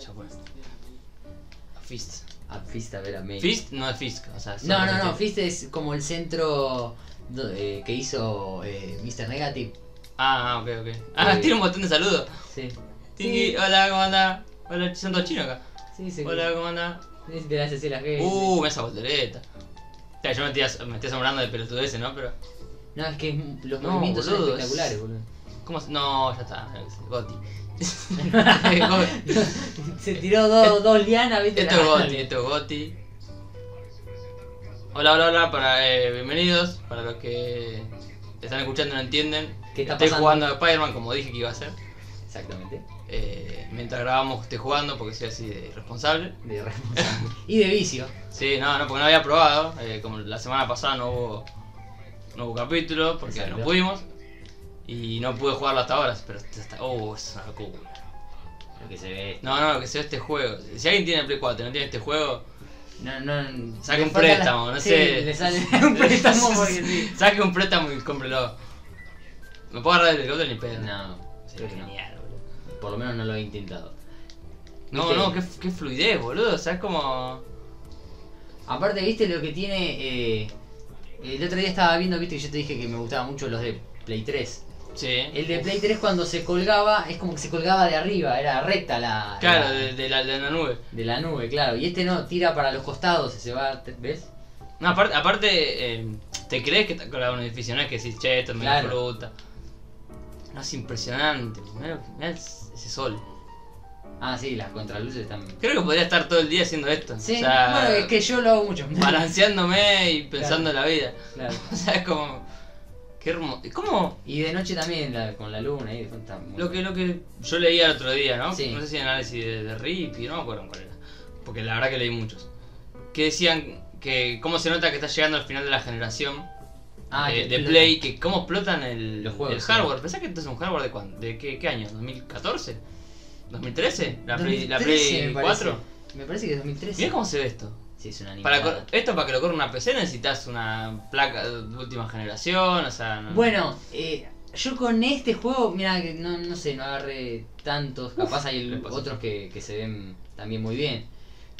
Ya fue. A Fist. A Fist Ah, a ver a May. Fist no es Fisk, o sea. Eh. No, no, solamente- no, Fist es como el centro do- eh, que hizo eh, Mr. Negative. Ah, ah, ok, ok. Ah, Eh. tiene un montón de saludos. Sí. Tinky, Sí. hola, ¿cómo anda? Hola, son todos chinos acá. Sí, sí. Hola, ¿cómo anda? Es de las escenas gays. Uh, esa voltereta. O sea, yo me estoy, as- me estoy asombrando de pelotudeces, ¿no? Pero. No, es que es- los No, movimientos son boludo, es- espectaculares, boludo. ¿Cómo se.? No, ya está. Goti. Goti. Se tiró dos, dos lianas, viste. Esto La- es Goti, esto es Goti. Hola, hola, hola, para, eh, bienvenidos. Para los que están escuchando y no entienden, ¿Qué está estoy pasando? jugando a Spider-Man como dije que iba a hacer. Exactamente. Eh, mientras grabamos, estoy jugando porque soy así de irresponsable. De responsable. y de vicio. Sí, no, no, porque no había probado. eh, como la semana pasada no hubo, no hubo capítulo porque Exacto. no pudimos. Y no pude jugarlo hasta ahora, pero hasta, oh, es una locura. Lo que se ve. No, no, que sea este juego. Si alguien tiene Play 4 y no tiene este juego, No, no. Saca le un falta la- préstamo, no Sí, sé. Le sale un préstamo porque sí. saque un préstamo y cómprelo. No puedo agarrar el helicóptero ni pedo. No, Sería creo que no. genial, boludo. Por lo menos no lo he intentado. No, ¿Viste? no, qué, qué fluidez, boludo. O sea, es como. Aparte, viste lo que tiene. eh, el otro día estaba viendo, viste que yo te dije que me gustaban mucho los de Play 3. Sí. El de Play 3 cuando se colgaba, es como que se colgaba de arriba, era recta la. Claro, la- de, de la, de la nube. de la nube, claro. Y este no, tira para los costados, se va, te- ¿ves? No, aparte, aparte eh, te crees que está colgado en un edificio, no es que decís, che, esto es medio Claro. fruta. No, es impresionante. Mirá, mirá ese sol. Ah, sí, las contraluces también. Creo que podría estar todo el día haciendo esto. Sí, o sea, bueno, es que yo lo hago mucho. balanceándome y pensando en la vida. Claro. O sea, es como. Qué hermoso. ¿Cómo? Y de noche también, la- con la luna ahí, está muy Lo que, bueno. lo que yo leía el otro día, ¿no? Sí. No sé si en análisis de, de Rippy, no me acuerdo cuál era. Porque la verdad que leí muchos. Que decían que cómo se nota que está llegando al final de la generación Ah, de, que de explota. Play, que cómo explotan el, Los juegos, el sí. hardware. ¿Pensás que esto es un hardware de cuándo? ¿De qué, qué año? ¿2014? ¿2013? ¿La Play, la 2013 Play me 4? Me parece que es 2013. Mirá cómo se ve esto. Sí, es una Para, animada. cor- esto para que lo corra una PC necesitas una placa de última generación, o sea... no- Bueno, eh, yo con este juego, mira, que no, no sé, no agarré tantos. Capaz hay le pasa. otros que, que se ven también muy bien.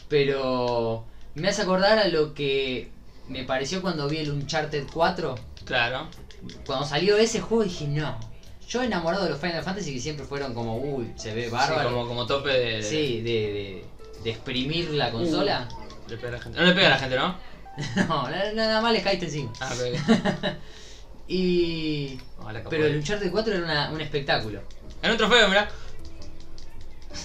Pero me hace acordar a lo que me pareció cuando vi el Uncharted 4. Claro. Cuando salió ese juego dije, no. Yo enamorado de los Final Fantasy que siempre fueron como, uy, se ve Sí, bárbaro. como, como tope de... Sí, de, de, de exprimir Uh. la consola. Le pega a la gente. No le pega a la gente, ¿no? No, na- nada más le caíste encima. Ah, pero... Y... Ojalá que Pero el pueda. Uncharted 4 era una- un espectáculo. Era un trofeo, mirá.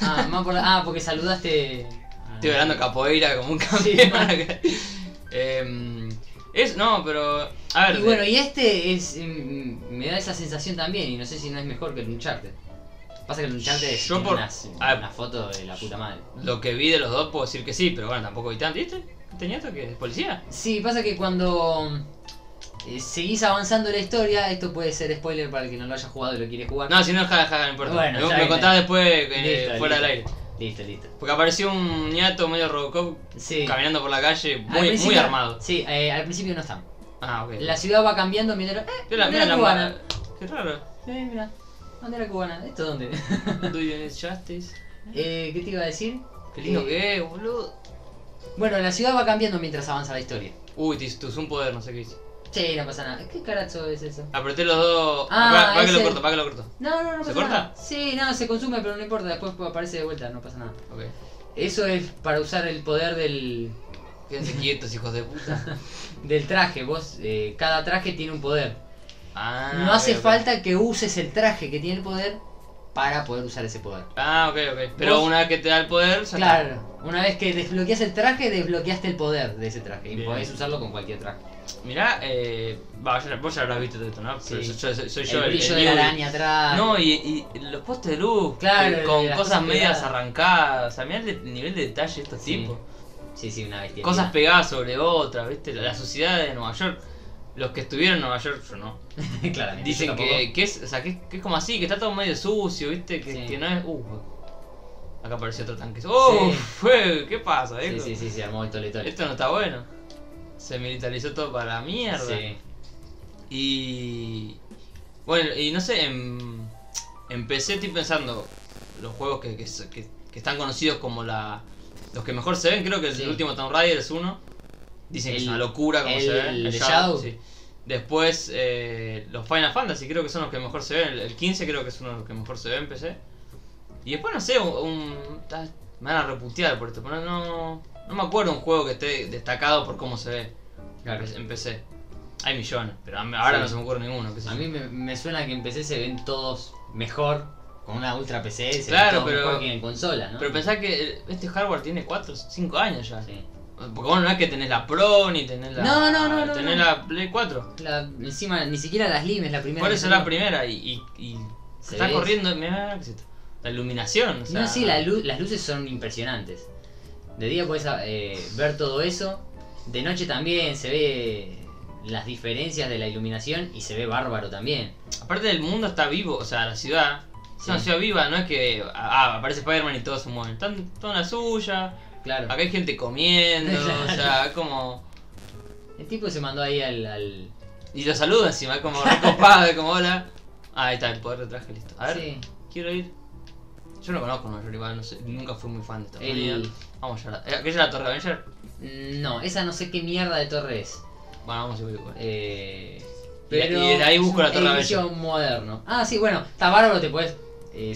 Ah, me acordé- ah, porque saludaste. Estoy hablando capoeira como un campeón. Em, es... No, pero... A ver... Y bueno, y este es. mm, me da esa sensación también, y no sé si no es mejor que el Uncharted. Pasa que el Uncharted Yo tiene por- unas- ah. una foto de la puta madre. Lo que vi de los dos puedo decir que sí, pero bueno, tampoco vi tanto. ¿Viste? ¿Tenía esto que es policía? Sí, pasa que cuando. eh, seguís avanzando la historia, esto puede ser spoiler para el que no lo haya jugado y lo quiere jugar. No, si no, ja, ja, no importa. Bueno, me, está me bien. contás después eh, Listo, fuera listo. del aire. Listo, listo. Porque apareció un ñato medio Robocop Sí. caminando por la calle, Al muy, muy principio- armado. Sí, eh, al principio no están. Ah, ok. La ciudad va cambiando, mira. Eh, Mira la- mira bandera la- cubana. Qué raro. Eh, mira. Bandera cubana. ¿Esto dónde? Do you need justice? eh, ¿Qué te iba a decir? Qué lindo Eh, que es, boludo. Bueno, la ciudad va cambiando mientras avanza la historia. Uy, te, te usó un poder, no sé qué hice. Che, no pasa nada. ¿Qué carajo es eso? Apreté los dos. Ah, para, que es lo el- corto, para que lo corto. No, no, no pasa ¿Se corta? nada. Sí, no, se consume, pero no importa. Después aparece de vuelta, no pasa nada. Ok. Eso es para usar el poder del, Quédense quietos, hijos de puta. del traje. Vos, eh, cada traje tiene un poder. Ah, no ok, hace ok. falta que uses el traje que tiene el poder para poder usar ese poder. Ah, ok, ok. Pero Vos- una vez que te da el poder, ya está. Claro, una vez que desbloqueas el traje, desbloqueaste el poder de ese traje. Y Bien. podés usarlo con cualquier traje. Mirá, eh. Va, ya- vos ya habrás visto todo esto, ¿no? Sí. Pero yo- yo- soy, soy El yo el. el brillo de la newbie. araña atrás. No, y, y los postes de luz. Claro, que- las Con cosas cosas medias pegadas. arrancadas. O sea, mirá el, de- nivel de detalle de estos Sí. tipos. Sí, sí, una bestia. Cosas pegadas sobre otras, ¿viste? La, la sociedad de Nueva York. Los que estuvieron en Nueva York, yo no. Claramente, yo Dicen tampoco. que, que es, o sea, que, que es como así, que está todo medio sucio, ¿viste? Que, Sí. que no es. Uh, acá apareció otro tanque. ¡Oh! Sí. fue- ¿Qué pasa, Sí, viejo? sí, sí, se armó el toletón. Esto no está bueno. Se militarizó todo para la mierda. Sí. Y. Bueno, y no sé, en, en PC estoy em, pensando. los juegos que, que se- que- que están conocidos como la. Los que mejor se ven, creo que el Sí. último Tomb Raider es uno. Dicen que es El- una locura como el se ve. de Shadow. sí. Después, eh, los Final Fantasy creo que son los que mejor se ven. El, el 15 creo que es uno de los que mejor se ve en PC. Y después, no sé, un. un- ta- me van a reputear por esto, pero no. No me acuerdo un juego que esté destacado por cómo se ve. Claro. En PC. em-, Hay millones, pero a mí- ahora Sí. no se me ocurre ninguno. qué sé A yo. mí me, me suena que en PC se ven todos mejor, con una ultra PC, se Claro, ven todos pero- mejor que en consola, ¿no? Pero pensá que el- este hardware tiene 4 5 años ya. Sí. Porque vos no es que tenés la Pro ni tenés la. No, no, no, no, Tenés no. la Play 4. La- encima, ni siquiera las Slim es la primera. Por que eso es la salió. primera y. y, y Se está ve- corriendo. Mirá, qué sé yo, La iluminación. o sea, no, sí, la lu- las luces son impresionantes. De día puedes ver todo eso. De noche también se ve las diferencias de la iluminación y se ve bárbaro también. Aparte del mundo está vivo, o sea, la ciudad. Es una Sí. ciudad viva, no es que. Ah, aparece Spider-Man y todos se mueven. Están todas en la suya. Claro. Acá hay gente comiendo, o sea, es como. El tipo se mandó ahí al. al- Y lo saluda encima, es como recopado, es como hola. Ah, ahí está, el poder de traje listo. A ver, Sí, quiero ir. Yo no conozco Nueva York igual, no sé, nunca fui muy fan de Estados el- Unidos. Vamos a llorar. Eh, ¿Aquella es la Torre Avenger? No, esa no sé qué mierda de torre es. Bueno, vamos a ir igual. Eh, Y de- pero y de ahí busco la es Torre un edificio moderno. Ah, sí, bueno, está bárbaro, te puedes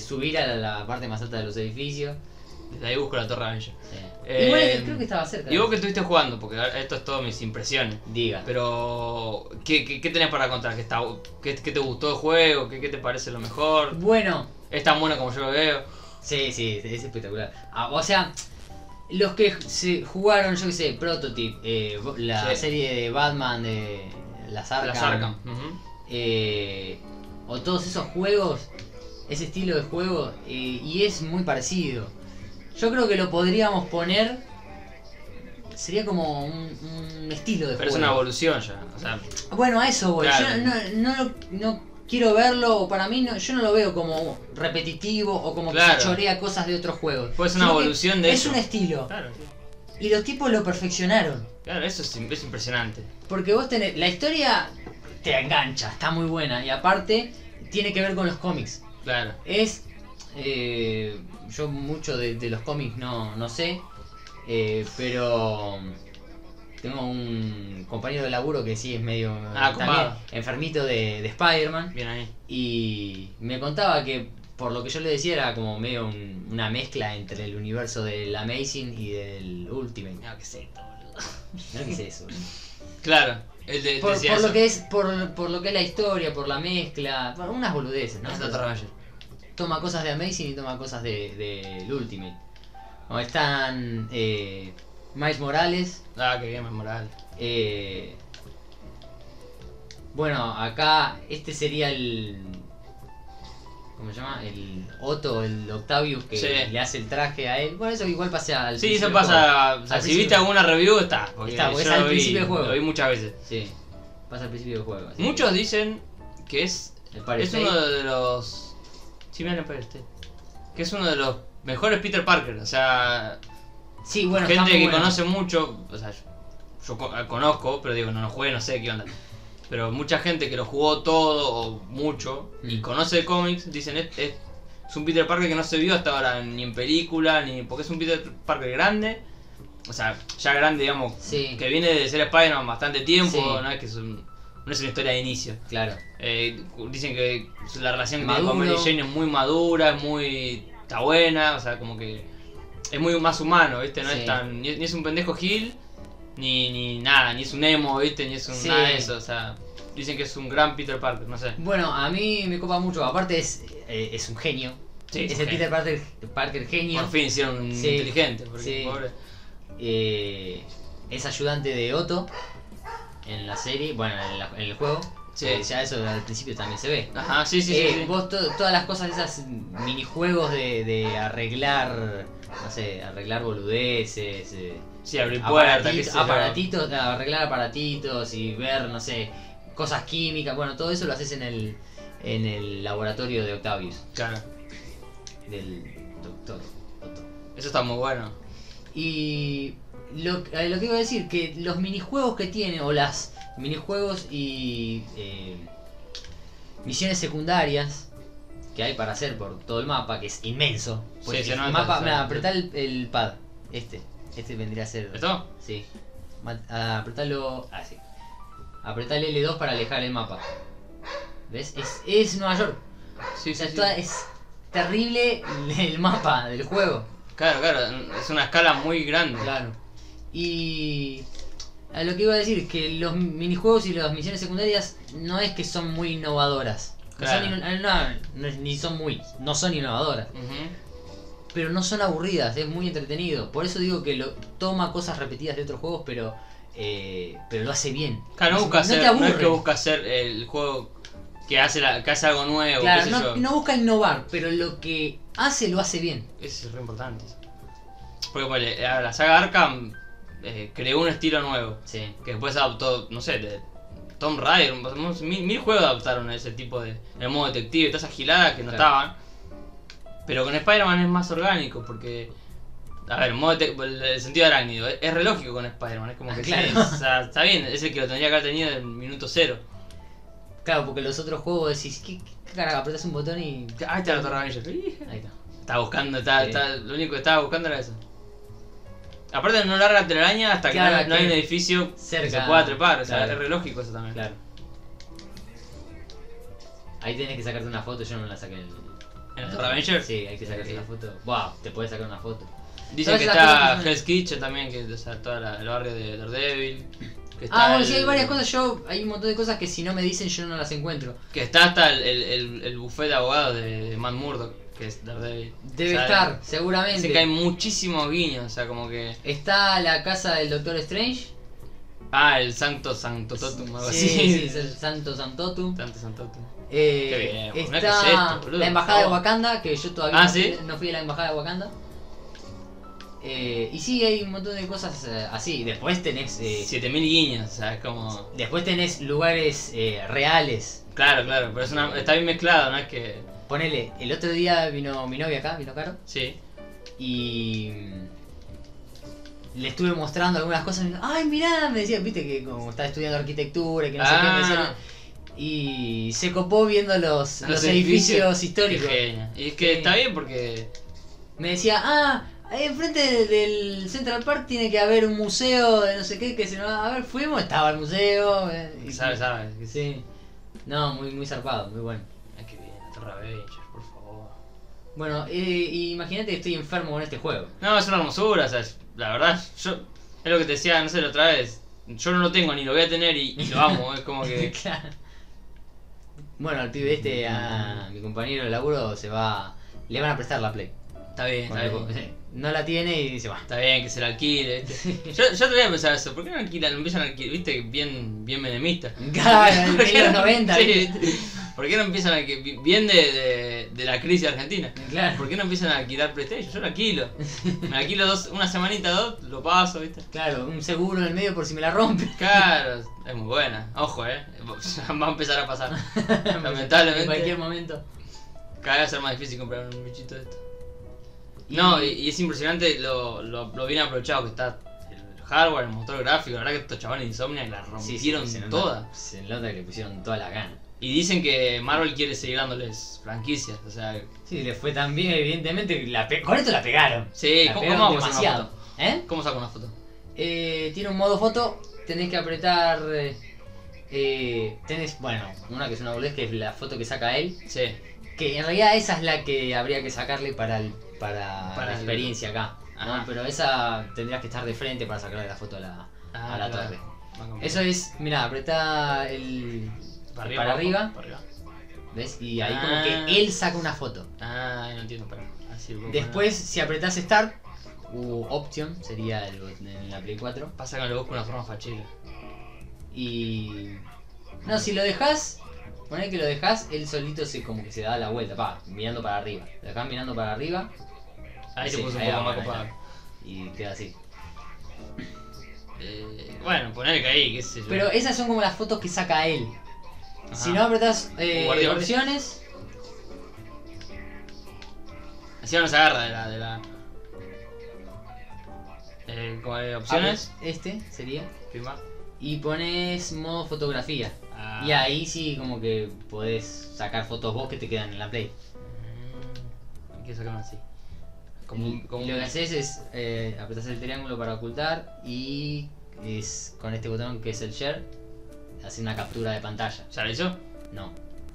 subir a la, la parte más alta de los edificios. Desde ahí busco la Torre Avenger. Sí. Eh, Igual creo que estaba cerca. Y vos que estuviste jugando, porque ahora esto es todo mis impresiones. Diga. Pero, ¿qué, qué, qué tenés para contar? ¿Qué, está, qué, qué te gustó el juego? ¿Qué, ¿Qué te parece lo mejor? Bueno, ¿Es tan bueno como yo lo veo? Sí, sí, es espectacular. Ah, o sea, los que se jugaron, yo qué sé, Prototype, eh, bo- la Sí. serie de Batman de las Arkham, Las Arkham. ujú. eh, o todos esos juegos, ese estilo de juego, eh, y es muy parecido. Yo creo que lo podríamos poner. Sería como un, un estilo de Pero es una juego. evolución ya. O sea, bueno, a eso voy. Claro. Yo no, no, lo- no quiero verlo, o para mí, no, yo no lo veo como repetitivo o como Claro. que se chorea cosas de otros juegos. Pues es una Sino que evolución de Es eso. un estilo. Claro, sí. Y los tipos lo perfeccionaron. Claro, eso es, im- es impresionante. Porque vos tenés. La historia te engancha, está muy buena. Y aparte, tiene que ver con los cómics. Claro. Es. eh, yo mucho de, de los cómics no, no sé. eh, pero. Tengo un compañero de laburo que sí es medio. Ah, copado. enfermito de, de Spider-Man. Bien ahí. Y me contaba que por lo que yo le decía era como medio un- una mezcla entre el universo del Amazing y del Ultimate. No, qué sé, boludo. No qué es eso. Claro, el de, Por, decía por eso. lo que es, por, por lo que es la historia, por la mezcla, por unas boludeces, ¿no? No, está Torre Avenger. Toma cosas de Amazing y toma cosas del de, del Ultimate. Bueno, están eh, Miles Morales. Ah, qué bien, memorable. eh, bueno, acá este sería el. ¿Cómo se llama? El Otto, el Octavius que Sí. le hace el traje a él. Bueno, eso igual pasa al Sí, eso principio del juego. pasa. O sea, si Al principio. viste alguna review, está. porque Está, porque yo es al lo vi- principio del juego. Lo vi muchas veces. Sí, pasa al principio del juego. así que Muchos dicen que es, el Pirate es Bay- uno de los. Sí, me este. Que es uno de los mejores Peter Parker. O sea, Sí, bueno, está gente muy que bueno. conoce mucho. O sea, yo, yo co- eh, conozco, pero digo, no lo jugué, no sé qué onda. Pero mucha gente que lo jugó todo o mucho y Mm. conoce de cómics, dicen es, es, es un Peter Parker que no se vio hasta ahora ni en película, ni porque es un Peter Parker grande. O sea, ya grande, digamos, Sí, que viene de ser Spider-Man bastante tiempo, Sí. no es que es un- no es una historia de inicio. claro. Eh, dicen que la relación que tiene Maduro. con Mary Jane es muy madura, es muy. está buena, o sea, como que. es muy más humano, ¿viste? No Sí. es tan. ni, ni es un pendejo Gil, ni, ni nada, ni es un emo, ¿viste? Ni es un. Sí. nada de eso, o sea. Dicen que es un gran Peter Parker, no sé. Bueno, a mí me copa mucho. Aparte es, eh, es un genio. Sí, es ok. el Peter Parker, Parker genio. Por fin hicieron un Sí. inteligente, porque Sí. pobre. Eh, es ayudante de Otto en la serie, bueno, en, la- en el juego. Sí. Eh, ya eso al principio también se ve. Ajá, sí, sí, Eh, sí, sí. Vos to- todas las cosas, esas minijuegos de, de arreglar, no sé, arreglar boludeces. eh, Sí, abrir puertas, qué aparatitos, sé yo. aparatitos, arreglar aparatitos y ver, no sé, cosas químicas, bueno, todo eso lo haces en el, en el laboratorio de Octavius, Claro, del doctor. Otto. eso está muy bueno. Y lo, eh, lo que iba a decir, que los minijuegos que tiene, o las minijuegos y eh, misiones secundarias que hay para hacer por todo el mapa, que es inmenso. Pues Sí, se el nota, mapa, se mira, nota. apretá el, el pad, este, este vendría a ser... ¿Esto? Sí. Ma- ah, apretalo... Ah, sí. Apretá el L2 para alejar el mapa. ¿Ves? Es, es Nueva York. Sí, O sea, sí, sí. toda- es terrible el mapa del juego. Claro, claro, es una escala muy grande. Claro. Y a lo que iba a decir es que los minijuegos y las misiones secundarias no es que son muy innovadoras. No son Claro. ino- no, no, ni son muy, no son innovadoras, Ujú. pero no son aburridas, es muy entretenido. Por eso digo que lo, toma cosas repetidas de otros juegos, pero eh, pero lo hace bien. Claro, no No- busca no te hacer, no aburre. es que busca hacer el juego que hace, la- que hace algo nuevo, Claro, qué sé yo. no, no busca innovar, pero lo que hace lo hace bien. Eso es re importante. Porque ponele, a la saga Arkham eh, creó un estilo nuevo. Sí. Que después adoptó, no sé, de Tom Raider. Mil, mil juegos adaptaron ese tipo de. El modo detective, todas esas giladas que no Claro. estaban. Pero con Spider-Man es más orgánico porque. A ver, modo detec- el, el sentido arácnido. Es, es re lógico con Spider-Man. Es como Ah, que claro. sí, o sea, está bien, es el que lo tendría que haber tenido en el minuto cero. Claro, porque los otros juegos decís, ¿qué, qué carajo? Apretás un botón y. Ahí está Ah, este el otro Ranger. Ih. Ahí está. Estaba buscando, estaba, Sí. estaba- lo único que estaba buscando era eso. Aparte no larga la telaraña hasta que Claro, no, no hay que- un edificio que Cerca. se pueda trepar, o sea, Claro. es re lógico eso también. Claro. Ahí tenés que sacarte una foto, yo no la saqué en el. En el Torre Avenger Sí, hay que sacarse Sí. una foto. Wow, te puedes sacar una foto. dicen Todas que esas está cosas que Hell's Kitchen también, que o sea, todo la- el barrio de Daredevil. Que está Ah, bueno, el- sí, hay varias cosas. Yo, hay un montón de cosas que si no me dicen, yo no las encuentro. Que está hasta el, el, el, el buffet de abogados de, de Matt Murdock, que es Daredevil. Debe O sea, estar, seguramente. Dicen que hay muchísimos guiños, o sea, como que... Está la casa del Doctor Strange. Ah, el Santo Santo Totum, algo sí, así. sí, es el Santo Santotum. Santo Santotum. Eh, Qué bien, boludo, está ¿qué es esto, boludo? la embajada de Por favor. Wakanda, que yo todavía Ah, no, fui- ¿sí? no fui a la embajada de Wakanda. Eh, y sí, hay un montón de cosas eh, así. Después tenés eh, 7000 guiños, o sea, es como... Después tenés lugares eh, reales. Claro, claro, pero es una- está bien mezclado, ¿no? Es que. Ponele, el otro día vino mi novia acá, vino Caro, Sí. y mm, le estuve mostrando algunas cosas. y me dijo, Ay, mirá, me decía, viste que como está estudiando arquitectura, y que no sé qué, me ah, decía, y se copó viendo los, Los los edificios, edificios. qué históricos. genio. Y es que Sí. está bien porque. Me decía, ah, ahí enfrente del- del Central Park tiene que haber un museo de no sé qué, que se nos... A ver, fuimos, estaba el museo. eh, y- Sabes, sabes. que sí. Sí. No, muy, muy zarpado, muy bueno. Ay, qué bien, la Torre Avengers, por favor. Bueno, eh, imagínate que estoy enfermo con este juego. No, es una hermosura, o sea, la verdad, yo. Es lo que te decía, no sé, la otra vez. Yo no lo tengo ni lo voy a tener y, y lo amo, es como que. Claro. Bueno, al pibe este, a mi compañero de laburo, se va. Le van a prestar la Play. Está bien, está Cuando- bien. No la tiene y se va. Está bien que se la alquile, ¿viste? Yo, yo te voy a pensar eso, ¿por qué no alquilan, empiezan a alquilar, viste, bien, bien menemista? Claro, en ¿Por qué los no- 90. sí, ¿viste? ¿Por qué no empiezan a que bien de, de, de la crisis argentina? Claro, ¿Por qué no empiezan a alquilar PlayStation? Yo lo alquilo. Me lo alquilo dos, una semanita dos, lo paso, ¿viste? claro, un seguro en el medio por si me la rompe. Claro, es muy buena. Ojo, eh. Va a empezar a pasar. Lamentablemente. En cualquier momento. Cada vez va a ser más difícil comprar un bichito de esto. No, y, y es impresionante lo, lo, lo bien aprovechado que está el hardware, el motor gráfico. La verdad que estos chavales de Insomnia la Sí, sí, rompieron se nota- toda. Se nota que le pusieron toda la gana. Y dicen que Marvel quiere seguir dándoles franquicias. O sea, Sí, le fue tan bien, evidentemente. que La pe- con esto la pegaron. sí, la ¿cómo, pegaron cómo hago para sacar una demasiado. foto? ¿Eh? ¿Cómo saco una foto? Eh, tiene un modo foto, tenés que apretar. eh, eh, tenés, bueno, una que es una boludez, que es la foto que saca él. Sí. Que en realidad esa es la que habría que sacarle para, el, para, Para la el- Ah. experiencia acá. ¿no? Ajá. Pero esa tendrías que estar de frente para sacarle la foto a la, Ah, a la torre. Eso Eso es, mirá, apretá el. para arriba. para abajo, arriba. Para arriba. ¿Ves? Y ahí Ah. como que él saca una foto. Ah, no entiendo, pero así lo puedo Después, si apretás Start, u Option, sería el bot- en la Play 4. poner. Pasa que lo busco de una forma fachera. Y. No, si lo dejas, poné que lo dejas, él solito se como que se da la vuelta, pa, mirando para arriba. Lo dejás mirando para arriba Ahí se Sí, puso un ahí poco va, más ahí copado. y queda así. Eh, bueno, poner que ahí, qué sé yo. Pero esas son como las fotos que saca él. Ajá. Si no apretás eh, Guardia, guardia. opciones, Así no se agarra de la. De la... Eh, como de opciones. apre- este sería. Firmar. Y pones modo fotografía. Ah, Y ahí sí como que podés sacar fotos vos que te quedan en la play. Mm, que sacaron así. Y- Como, como y lo que haces es eh, apretás el triángulo para ocultar y es con este botón que es el share, hacer una captura de pantalla. ¿Ya lo hizo? No.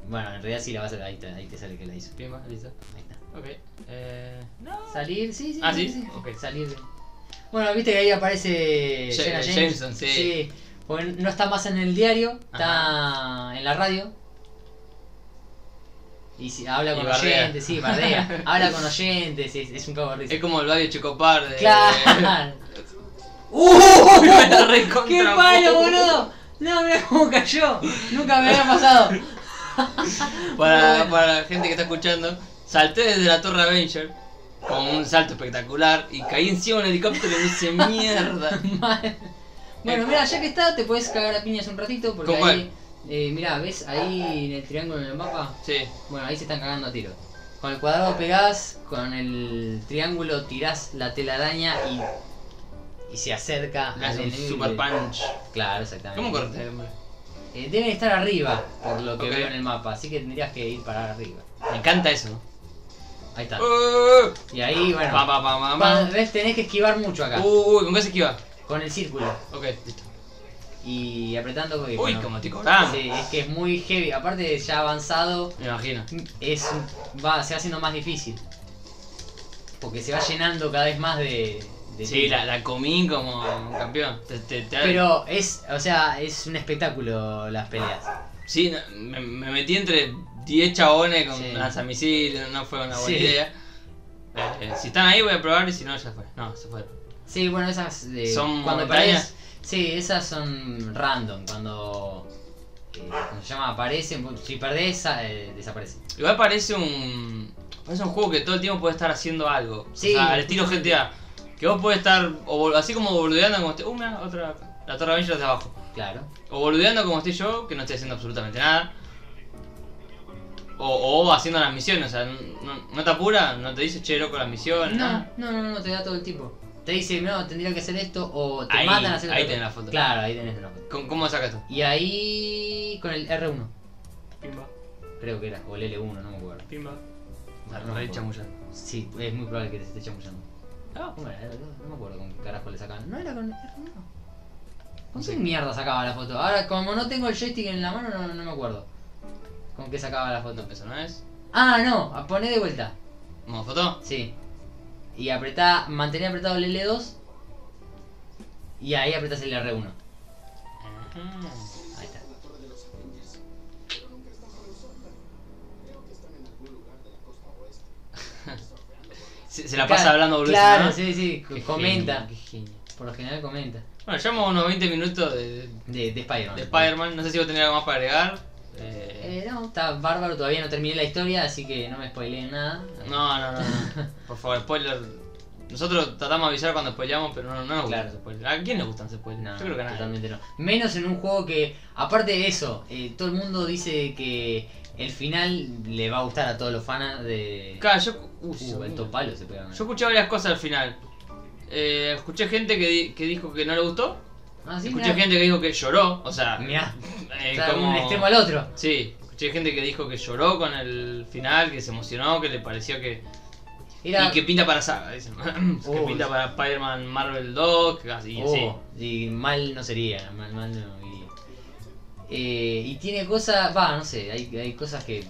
Bueno, en realidad sí la vas a ahí te, ahí te sale que la hizo. Prima, listo. Ahí está. Ok. Eh... No. Salir, sí, sí. Ah, sí, ok. Salir. Bueno, viste que ahí aparece Ja- Jenna eh, James. Jameson, sí. Porque no está más en el diario, está en la radio. Y si, habla Y con bardea. oyentes, sí, bardea. habla con oyentes, es, es un cago de risa. Es como el Babio Chocopar de... Claro. Me la recontra- Uh, ¡Qué palo, boludo! No, mirá cómo cayó. Nunca me había pasado. Para, para la gente que está escuchando, salté desde la Torre Avenger con un salto espectacular y caí encima de un helicóptero y me hice mierda. Mal. Bueno, mira, ya que está, te puedes cagar a piñas un ratito porque ¿Con ahí. Eh, mira, ¿ves ahí en el triángulo en el mapa? Sí, Bueno, ahí se están cagando a tiro. Con el cuadrado pegás, con el triángulo tirás la telaraña y. Y se acerca le hace un enemigo y super le- punch. Claro, exactamente. ¿Cómo corres este hombre? Eh, deben estar arriba, por lo que Ok. veo en el mapa, así que tendrías que ir para arriba. Me encanta eso. ¿no? Ahí está. Uh, Y ahí, bueno. pa, pa, pa, pa, Pa- pa. ¿Ves? Tenés que esquivar mucho acá. Uy, ¿con qué se esquiva? Con el círculo. Ok, listo. Y apretando. que, Uy, bueno, como te cobramos. Sí, es que es muy heavy. Aparte, ya avanzado, Me imagino. es un- va, se va haciendo más difícil. Porque se va llenando cada vez más de. de Sí, tiro. la, la comí como un campeón. Te- te- te- Pero es, o sea, es un espectáculo las peleas. Sí, no, me, me metí entre 10 chabones con Sí. lanzamisiles, no fue una buena Sí. idea. Eh, eh, si están ahí voy a probar y si no ya fue. No, se fue. Sí, bueno, esas de. ¿Son cuando montañas? aparece- Sí, esas son random. Cuando. eh, ¿Cómo se llama? Aparecen. Si perdés, sa- eh, desaparece. Igual parece un. Parece un juego que todo el tiempo puede estar haciendo algo. Sí. O sea, al estilo GTA. Que vos puedes estar o bol- así como boludeando como esté. Uh, mirá, otra. acá. La torre Avenger de abajo. Claro. O boludeando como estoy yo, que no estoy haciendo absolutamente nada. O, o haciendo las misiones, o sea, no, no te apura, no te dice che loco las misiones. No, nada. no, no, no, te da todo el tipo. Te dice, no, tendría que hacer esto, o te Ahí- matan a hacer ahí otro. tenés la foto. Claro, ahí tenés la foto. ¿Cómo, cómo sacas esto? Y ahí con el R1, creo que era, o el L1, no me acuerdo. Pimba. No, no No, me he acuerdo. chamullando. Sí, es muy probable que te esté chamullando. Ah, Bueno, era- no me acuerdo con qué carajo le sacaban. No era con el R1. ¿Con qué Sí. mierda sacaba la foto? Ahora, como no tengo el joystick en la mano, no, no me acuerdo. ¿Con qué sacaba la foto? No, eso no es. Ah, no, a- poné de vuelta. ¿Modo foto? Sí. Y apretá, mantén apretado el L2. Y ahí apretás el R1. Ah. Ahí está. Se, se la pasa hablando boludo. Claro, ¿no? sí, sí, co- Qué comenta. genio, qué genio. Por lo general comenta. Bueno, llevamos unos 20 minutos de, de De, de Spider-Man. Spider-Man. No sé si vos tenés algo más para agregar. Eh, Eh, no, está bárbaro, todavía no terminé la historia, así que no me spoileen nada. Eh, No, no, no, no. Por favor, spoiler. Nosotros tratamos de avisar cuando spoileamos, pero no, no nos gustan Claro. los spoilers. ¿A quién le gustan los spoilers? No, Yo creo que a nadie. totalmente no. Menos en un juego que, aparte de eso, eh, todo el mundo dice que el final le va a gustar a todos los fans de... Claro, yo. Uh, sí, Uh, estos palos se pegan. Yo escuché varias cosas al final. Eh, escuché gente que, di- que dijo que no le gustó. Ah, sí, escuché mirá. gente que dijo que lloró. O sea, Mirá, eh, está de como... un extremo al otro. Sí, escuché gente que dijo que lloró con el final, que se emocionó, que le pareció que. Era... Y que pinta para saga, dicen. que Oh. pinta para Spider-Man Marvel 2, que así, Oh, sí. y mal no sería, mal, mal no iría. Eh, y tiene cosas, va, no sé, hay, hay cosas que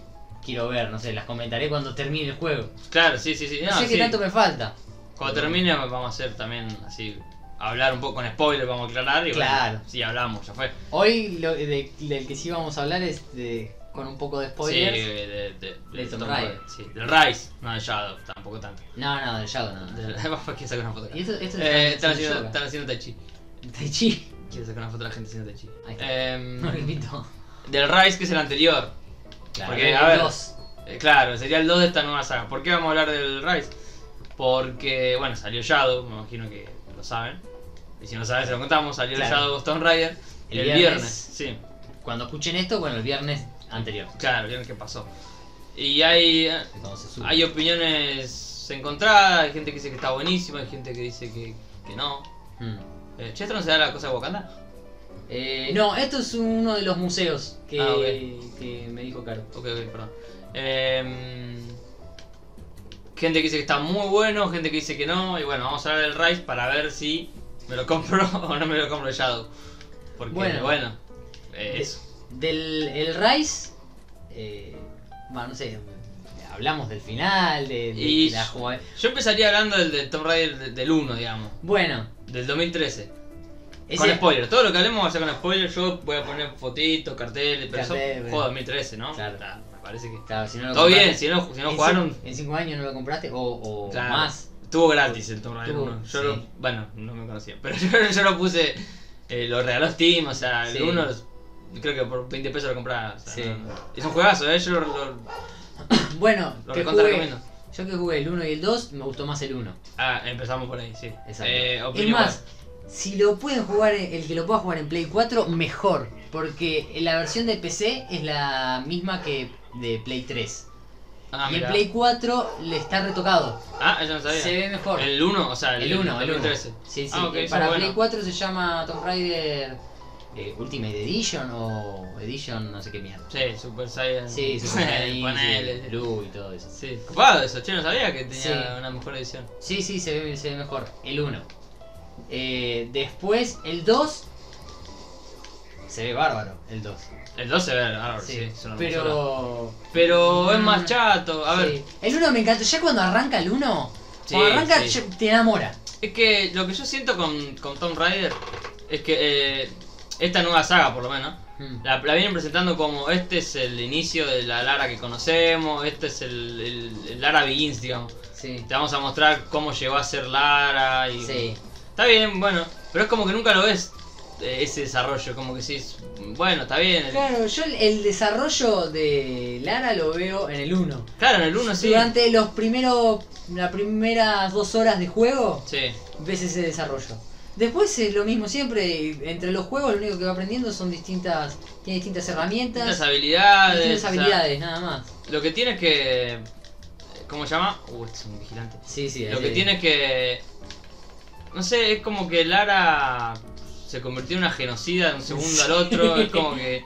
quiero ver, no sé, las comentaré cuando termine el juego. Claro, sí, sí, sí. No, No, sé Ah, qué sí. tanto me falta. Cuando termine vamos a hacer también así. Hablar un poco con spoilers, vamos a aclarar y Claro. bueno, sí, hablamos, ya fue. Hoy lo, de- del que sí vamos a hablar es de, con un poco de spoilers. Sí, de, de, de, De Tomb Tomb Raider. Raider, Sí, del Rise, no de Shadow, tampoco tanto. No, no, del Shadow no. Del- ¿Quién saca una foto acá? Y esto, esto Eh, están, está haciendo haciendo, yoga. están haciendo Tai Chi. Tai Chi. Quiero sacar una foto a la gente haciendo Tai Chi. Ahí está. Em, No, lo invito. del Rise, que es el anterior. Claro, Porque, a ver, dos. Eh, claro, sería el 2 de esta nueva saga. ¿Por qué vamos a hablar del Rise? Porque, bueno, salió Shadow, me imagino que lo saben. Y si no saben, se lo contamos. Salió Claro. Shadow Stone Rider El el, viernes. viernes. Sí, Cuando escuchen esto, bueno, el viernes anterior. claro, el viernes que pasó. Y hay, eh, Cuando se sube. hay opiniones encontradas. Hay gente que dice que está buenísimo, hay gente que dice que, que no. Mm. Eh, che, ¿esto no se da la cosa de Wakanda? Eh, no, esto es uno de los museos que, Ah, ok. que me dijo Caro. Ok, ok, perdón. Em, Gente que dice que está muy bueno, gente que dice que no. Y bueno, vamos a hablar del Rise para ver si me lo compro o no me lo compro Shadow. Porque Bueno. bueno, eh, De- eso. Del el Rise, eh, bueno, no sé, hablamos del final, de, de Y- la jugada. Yo empezaría hablando del, del Tomb Raider de- del 1, digamos. Bueno, Del 2013. Con ese, spoiler. Todo lo que hablemos va a ser con spoiler. Yo voy a poner fotitos, carteles, pero eso Carteles. juego 2013, ¿no? Claro. Está, me parece que... claro, si no lo Todo bien, compraste- si no, si no en jugaron, cin- En 5 años no lo compraste o, o Claro. más. Estuvo gratis el Tomb Raider Estuvo, 1. Yo sí. lo, bueno, no me conocía, pero yo, yo lo puse, eh, lo regaló Steam, o sea, el Sí. 1 los- creo que por 20 pesos lo compraba. o sea, Sí. no- es un juegazo, ¿eh? yo lo, lo, Bueno, lo que recontra jugué- recomiendo. yo que jugué el 1 y el 2, me gustó más el 1. Ah, empezamos por ahí, sí. Exacto. Eh, es opinión más, si lo pueden jugar, en- el que lo pueda jugar en Play 4, mejor. Porque la versión de PC es la misma que de Play 3. Ah, y el mirá. Play 4 le está retocado. Ah, eso no sabía. Se ve mejor. El 1, o sea, El 1, el 1. 2013. Sí, sí. Ah, ok, eh, eso Para bueno. Play 4 se llama Tomb Raider eh, Ultimate Edition o Edition no sé qué mierda. Sí, Super Saiyan. Sí, se usa ahí, Ponele. sí, Blue y todo eso. Sí, copado eso, che, no sabía que tenía Sí. una mejor edición. Sí, sí, se ve, se ve mejor. El 1. Eh, después, el 2. Se ve bárbaro, el 2. El 2 se ve ahora, sí, es una hermosura. pero. Pero es Mm. más chato, a ver. sí. El 1 me encantó. Ya cuando arranca el 1. Sí, cuando arranca sí. ya te enamora. Es que lo que yo siento con, con Tomb Raider es que eh, esta nueva saga, por lo menos, Mm. la, la vienen presentando como este es el inicio de la Lara que conocemos, este es el, el- el Lara Begins, digamos. Sí. Te vamos a mostrar cómo llegó a ser Lara y... Sí. Está bien, bueno, pero es como que nunca lo ves eh, ese desarrollo, como que sí, es- bueno, está bien. el- Claro, yo el, el desarrollo de Lara lo veo en el 1. claro, en el 1 sí. Durante los primeros. Las primeras dos horas de juego, Sí, ves ese desarrollo. Después es lo mismo siempre, entre los juegos lo único que va aprendiendo son distintas, tiene distintas herramientas, las habilidades. distintas o sea, habilidades, nada más. lo que tiene es que... ¿Cómo se llama? Uh, este es un vigilante. Sí, sí. Lo ahí que le- tiene es que. No sé, es como que Lara se convirtió en una genocida de un segundo al otro. Es como que.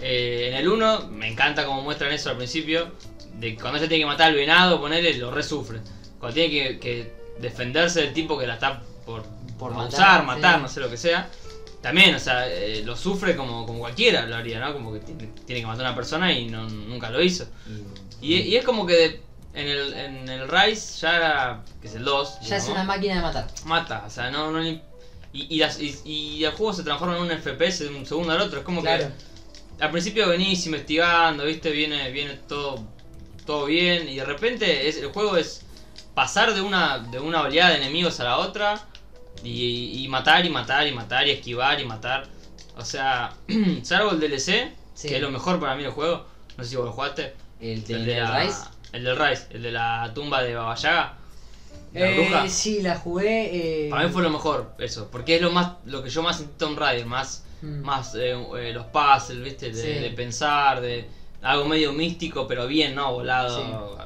eh, en el 1, me encanta como muestran eso al principio. De cuando ella tiene que matar al venado, ponerle, lo resufre. Cuando tiene que, que defenderse del tipo que la está por, Por abusar, matar, matar, sí. no sé lo que sea. También, o sea, eh, lo sufre como, como cualquiera lo haría, ¿no? Como que tiene, tiene que matar a una persona y no, nunca lo hizo. Y, y es como que de- en, el, en el Rise ya, que es el 2, Ya es digamos, una máquina de matar. mata, o sea, no, no ni- y, y, las- y- y el juego se transforma en un FPS de un segundo al otro, es como Claro. que al principio venís investigando, viste, viene, viene todo, todo bien, y de repente es, el juego es pasar de una, de una oleada de enemigos a la otra, y, y matar, y matar, y matar, y esquivar, y matar, o sea, salvo el DLC, Sí. que es lo mejor para mí del juego, no sé si vos lo jugaste. El de, El de la- el Rise. El del Rice, el de la tumba de Baba Yaga. La Eh, bruja. Sí, la jugué. eh, Para mí fue lo mejor, eso. Porque es lo más lo que yo más sentí en Tomb Raider. Más, mm, más eh, eh, los puzzles, ¿viste? De, Sí. de pensar, de algo medio místico, pero bien, ¿no? Volado.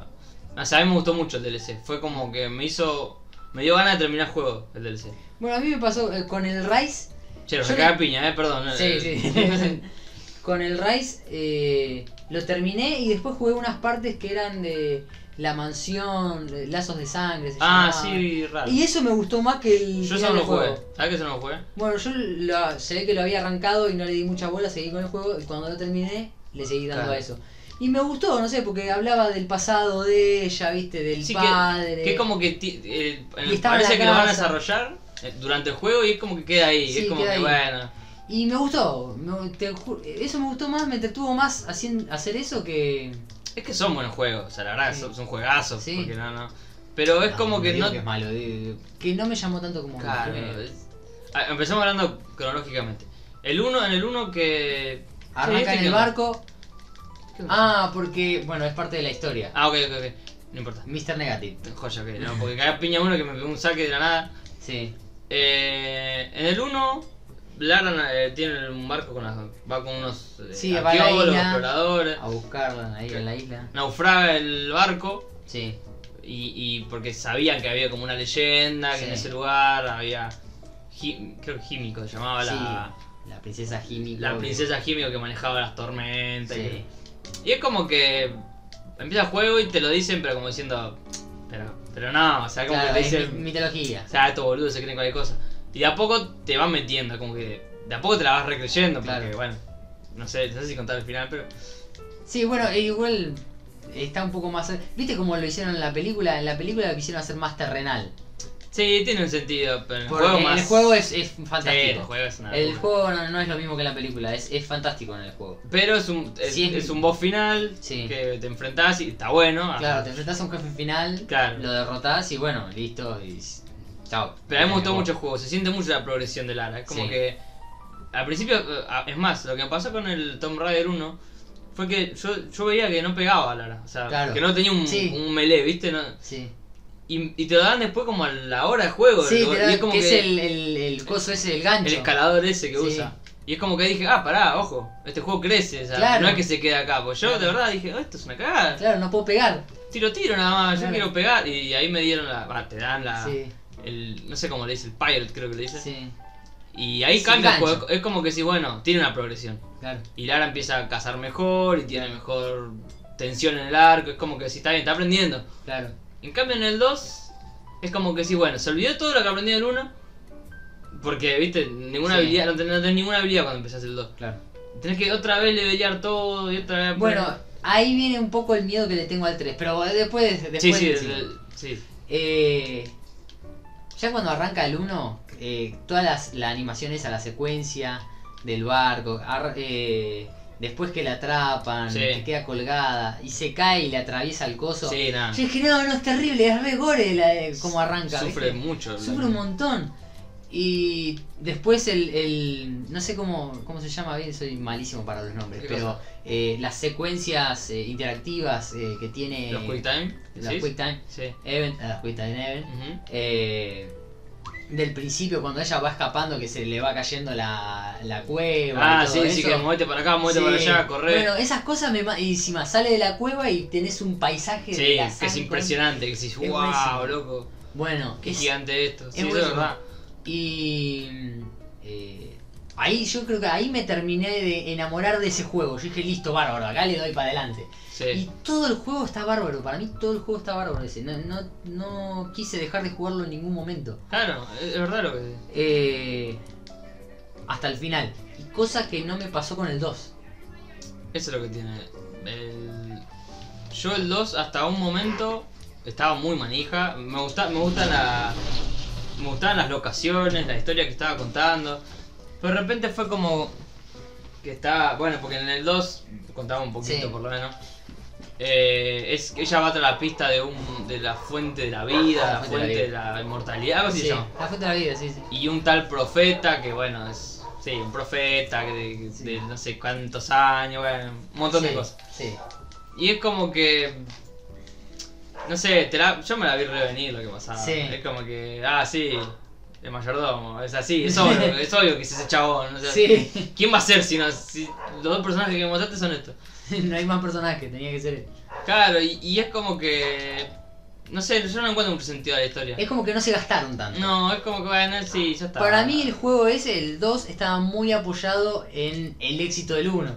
O sea, a mí me gustó mucho el DLC. Fue como que me hizo. Me dio ganas de terminar el juego, el DLC. Bueno, a mí me pasó eh, con el Rise. Che, lo Yo saqué le- a piña, ¿eh? Perdón. Sí, eh, sí. con el Rise eh, lo terminé y después jugué unas partes que eran de la mansión, de lazos de sangre. se ah, llamaba. sí, raro. Y eso me gustó más que el. Yo final eso no del lo jugué. juego. ¿Sabes que eso no lo jugué? Bueno, yo lo- se ve que lo había arrancado y no le di mucha bola, seguí con el juego y cuando lo terminé le seguí dando Claro. a eso. Y me gustó, no sé, porque hablaba del pasado de ella, viste, del Sí, que- padre. Que es como que ti- eh, Y estaba en parece la que lo van a casa. desarrollar eh, durante el juego y es como que queda ahí. Sí, es como que queda ahí. bueno. Y me gustó, me- te ju- eso me gustó más, me entretuvo más hacien- hacer eso que... Es que son buenos juegos, o sea, la verdad, Sí. son, son juegazos. Sí. Porque no, no. Pero es como que no. Ah, Que, es malo, eh, que no me llamó tanto como... Claro, el primero. es- Ah, Empezamos hablando cronológicamente. El 1, en el 1 que. Sí, Arranca este en que- el barco. ¿qué onda? Ah, porque, bueno, es parte de la historia. Ah, ok, ok, ok. No importa. Mr. Negative. Joya, ok. No, porque cae piña uno que me pegó un saque de la nada. Sí. Eh, en el 1, Lara eh, tiene un barco con las, va con unos eh, Sí, va a la arqueólogos, isla. exploradores. A buscarla ahí en la isla. Naufraga el barco. Sí. Y, y porque sabían que había como una leyenda, que en Sí. ese lugar había. Ji- creo que Jimico se llamaba la, La princesa Jimmy. la princesa Jimico que manejaba las tormentas. Sí. Y, y es como que empieza el juego y te lo dicen, pero como diciendo. Pero, pero no, o sea, como Claro, que te es dicen. mi- mitología. O sea, estos boludos se creen cualquier cosa. Y de a poco te van metiendo, como que. De a poco te la vas recreyendo, porque Claro. bueno. No sé, no sé si contar el final, pero. Sí, bueno, e igual está un poco más... ¿Viste cómo lo hicieron en la película? En la película lo quisieron hacer más terrenal. Sí, tiene un sentido, pero el Porque juego más. el juego es, es Sí, el fantástico. juego es una. el locura. juego no, no es lo mismo que en la película, es, es fantástico en el juego. Pero es un, es, Sí, es- es un boss final Sí. que te enfrentás y está bueno. ah, Claro, te enfrentás a un jefe final, Claro. lo derrotás y bueno, listo, y s- chao. Eh, Pero a mí me gustó Acabó. mucho el juego, se siente mucho la progresión de Lara. Es como Sí. que. Al principio, eh, a- es más, lo que me pasó con el Tomb Raider 1 fue que yo, yo veía que no pegaba a Lara. O sea, Claro. que no tenía un, Sí. un melee, ¿viste? No- Sí, y, y te lo dan después como a la hora de juego. sí lo- te y da- es como que que, es el, el, el coso ese, el el gancho. escalador ese que Sí. usa. Y es como que dije, ah, pará, ojo, este juego crece. o sea, Claro. No es que se quede acá. Pues yo Claro. de verdad dije, "Oh, esto es una cagada. Claro, no puedo pegar. Tiro, tiro nada más, Claro. yo quiero pegar. Y ahí me dieron la. va, te dan la. Sí, El, no sé cómo le dice, el pilot creo que le dice. sí, Y ahí Es cambia el el gancho. juego. Es como que sí, bueno, tiene una progresión. claro. Y Lara empieza a cazar mejor y tiene mejor tensión en el arco. Es como que sí, está bien, está aprendiendo. Claro, En cambio en el 2 es como que sí, bueno, se olvidó todo lo que aprendió en el 1. Porque, viste, ninguna Sí. habilidad, no tenés, no tenés ninguna habilidad cuando empezás el 2. claro. Tenés que otra vez levelear todo y otra vez... Bueno, ahí viene un poco el miedo que le tengo al 3, pero después... después sí, sí, sí. el- sí. Eh, ya cuando arranca el 1, eh, todas las, la animación esa, la secuencia del barco, ar- eh, después que la atrapan, Sí. que queda colgada y se cae y le atraviesa el coso. Sí, nada. Yo dije, no, no, es terrible, es re gore la- eh, como arranca. Sufre ¿viste? mucho. la- Sufre un montón. Y después el, el- no sé cómo, cómo se llama bien, soy malísimo para los nombres, ¿Qué pero cosa? eh, las secuencias eh, interactivas eh, que tiene Los quick time. las ¿sí? Quick Time Sí. Event, eh, a las cuentas de Neven, Ujú. eh, del principio cuando ella va escapando que se le va cayendo la, la cueva. Ah, y todo sí, sí, eso. que movete para acá, movete Sí. para allá, correr. Bueno, esas cosas me... ma- Y encima sale de la cueva y tenés un paisaje de Sí, la que es sangre. impresionante, que decís, buenísimo. wow, loco, Bueno, qué es- gigante esto. Sí, eso es buenísimo. verdad. y... eh, ahí yo creo que ahí me terminé de enamorar de ese juego. Yo dije, listo, bárbaro, acá le doy para adelante. Y Sí. todo el juego está bárbaro, para mí todo el juego está bárbaro ese. No, no, no quise dejar de jugarlo en ningún momento. Claro, es es verdad lo que eh, hasta el final. Y cosa que no me pasó con el 2. Eso es lo que tiene. El- Yo el 2 hasta un momento estaba muy manija. Me gusta, me gusta la. Me gustaban las locaciones, la historia que estaba contando. Pero de repente fue como. Que estaba. Bueno, porque en el 2 contaba un poquito Sí. por lo menos. Eh, es que ella va tras la pista de un. de la fuente de la vida, Ah, la fuente de la inmortalidad, algo así se Sí, llama. la fuente de la vida, sí, sí. Y un tal profeta que, bueno, es. Sí, un profeta que de, de Sí. no sé cuántos años, bueno, un montón de Sí, cosas. Sí, Y es como que. No sé, te la- yo me la vi revenir lo que pasaba. Sí. Es como que. Ah, sí, el mayordomo, es así, es obvio, es obvio que es ese chabón. o sea, sí. ¿Quién va a ser si, no, si los dos personajes que me mostraste son estos? no hay más personajes, tenía que ser él. Claro, y, y es como que. No sé, yo no encuentro un sentido a la historia. Es como que no se gastaron tanto. No, es como que va a ganar, sí, ya está. Para mí el juego ese, el 2, estaba muy apoyado en el éxito del 1.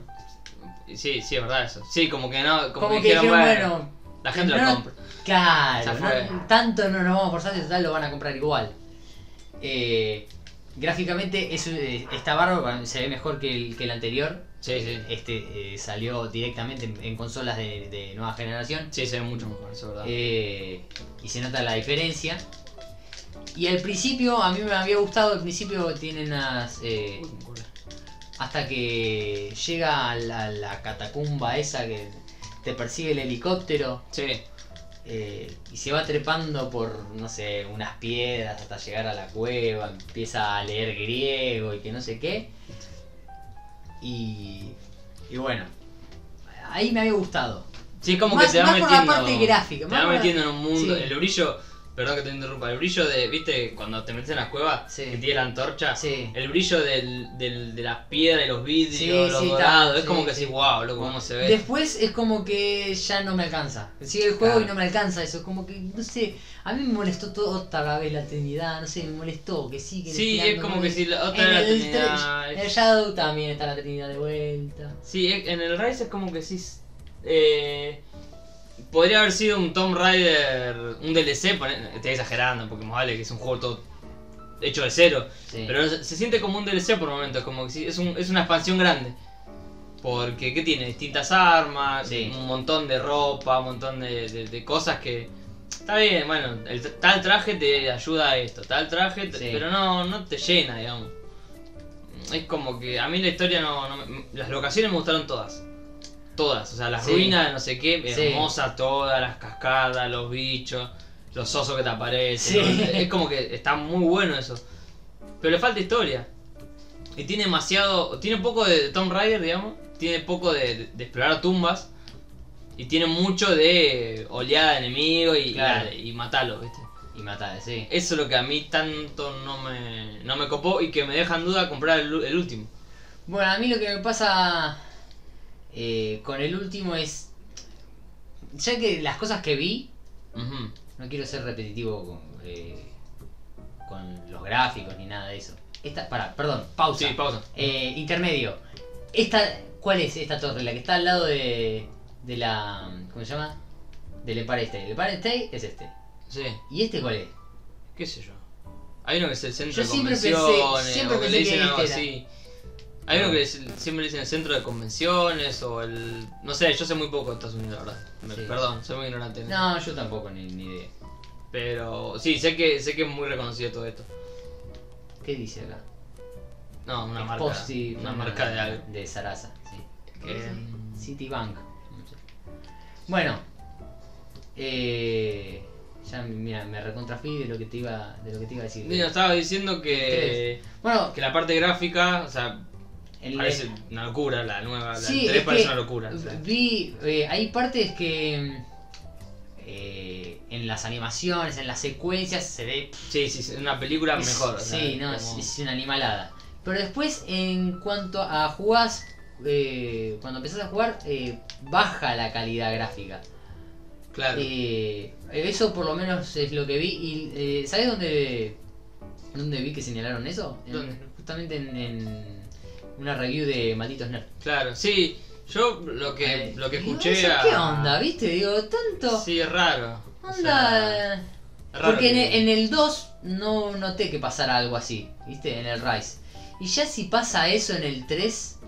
Sí, sí, es verdad eso. Sí, como que no. Como, Como, que que dijeron, bueno, dijeron, bueno, La gente lo no- compra. claro, Ya fue. no- tanto no nos vamos a forzar, si total lo van a comprar igual. Eh, gráficamente es, eh, está bárbaro, se ve mejor que el, que el anterior. Sí, sí. Este eh, salió directamente en, en consolas de, de nueva generación. Sí, se ve mucho mejor, eso es verdad. Eh, y se nota la diferencia. Y al principio, a mí me había gustado, al principio tiene unas... eh, Uy, me acuerdo. hasta que llega a la, la catacumba esa que te persigue el helicóptero Sí, eh, y se va trepando por, no sé, unas piedras hasta llegar a la cueva, empieza a leer griego y que no sé qué. Y, y bueno, ahí me había gustado. sí, es como Más- que te va más por la metiendo. parte gráfica, Te más va por la- metiendo en un mundo. Sí. El brillo, perdón que te interrumpa, el brillo de, viste, cuando te metes en las cuevas, Sí. que tiene la antorcha. Sí. El brillo del, del- de las piedras y los vidrios, Sí, los sí, dorados, está, es como sí, que sí. así, wow, loco, cómo se ve. Después es como que ya no me alcanza. Sigue el juego Claro. y no me alcanza eso. Es como que, no sé, a mí me molestó todo otra vez la Trinidad, no sé, me molestó que sí, que sí, girando, es como ¿no? que si la otra En era la el, Trinidad, tre- es- en el Shadow también está e, la Trinidad de vuelta. Sí, en el Rise es como que sí. eh, Podría haber sido un Tomb Raider, un DLC, pone- estoy exagerando, porque más vale que es un juego todo hecho de cero. Sí. Pero se, se siente como un DLC por momentos, como que sí, es, un- es una expansión grande. Porque, ¿qué tiene? Distintas armas, Sí. un montón de ropa, un montón de, de- de cosas que... Está bien, bueno, el t- tal traje te ayuda a esto, tal traje, te- Sí. pero no, no te llena, digamos. Es como que a mí la historia no... no me- las locaciones me gustaron todas. Todas, o sea, las Sí. ruinas, de no sé qué, Sí. hermosas todas, las cascadas, los bichos, los osos que te aparecen. Sí. ¿no? Es como que está muy bueno eso. Pero le falta historia. Y tiene demasiado. Tiene poco de Tomb Raider, digamos. Tiene poco de, de- de explorar tumbas. Y tiene mucho de oleada de enemigos y, Claro. y, matarlos, ¿viste? Y matar, sí. Eso es lo que a mí tanto no me, no me copó y que me deja en duda comprar el, u- el último. Bueno, a mí lo que me pasa eh, con el último es. Ya que las cosas que vi, Ujú. no quiero ser repetitivo con, eh, con los gráficos ni nada de eso. Esta, para, perdón, pausa. Sí, pausa. Eh, intermedio. Esta, ¿Cuál es esta torre? La que está al lado de, de la. ¿Cómo se llama? Del Empire State. El Empire State es este. Sí, ¿Y este cuál es? qué sé yo. Hay uno que es el centro Yo de siempre pensé- convenciones, siempre o que pensé le dicen que algo este era. así. Hay uno que es- siempre le dicen el centro de convenciones o el. No sé, yo sé muy poco de Estados Unidos, la verdad. Me- Sí. Perdón, soy muy ignorante. en esto. No, yo tampoco, ni, ni idea. Pero sí, sé que sé que es muy reconocido todo esto. ¿Qué dice acá? No, una marca. Exposi- una marca de algo. De Sarasa, sí. ¿Qué dice? Em, Citibank. no sé. Bueno. Eh, ya mira, me recontrafí de lo que te iba, de lo que te iba a decir. Mira, estaba diciendo que, Bueno, que la parte gráfica, o sea, el- parece una locura la nueva, Ah, la Sí, del 3 es parece que una locura. o sea. Vi, eh, hay partes que eh, en las animaciones, en las secuencias se ve Sí, sí, sí, una película es- mejor. o sea, sí, no, es- como- es, una animalada. Pero después, en cuanto a jugás, eh, cuando empezás a jugar, eh, baja la calidad gráfica. claro. Eh, eso por lo menos es lo que vi. Y eh, ¿sabes dónde, dónde vi que señalaron eso? En- ¿Dónde? justamente en, en una review de Malditos Nerds. Claro, sí, yo lo que Eh, lo que digo, escuché "Eso, a- ¿Qué onda? ¿Viste? Digo, tanto. Sí, es raro. o sea, Onda. es raro Porque en que- el, en el 2 no noté que pasara algo así, ¿viste? En el Rise. Y ya si pasa eso en el 3,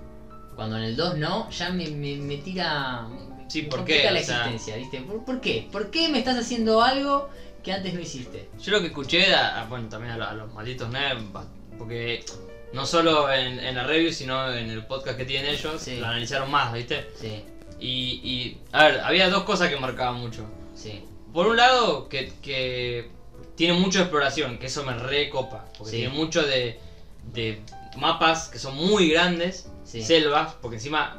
cuando en el 2 no, ya me, me, me tira. me- Sí, me ¿por complica qué? la O sea- existencia, ¿viste? ¿Por, por qué? ¿Por qué me estás haciendo algo que antes no hiciste? Yo lo que escuché, a, a- bueno, también a, lo- a los malditos nerds, ba- porque no solo en, en la review, sino en el podcast que tienen ellos, Sí. lo analizaron más, ¿viste? Sí, Y, y, a ver, había dos cosas que marcaban mucho. sí, Por un lado, que, que tiene mucha exploración, que eso me recopa, porque Sí. tiene mucho de, de mapas que son muy grandes, sí. selvas, porque encima,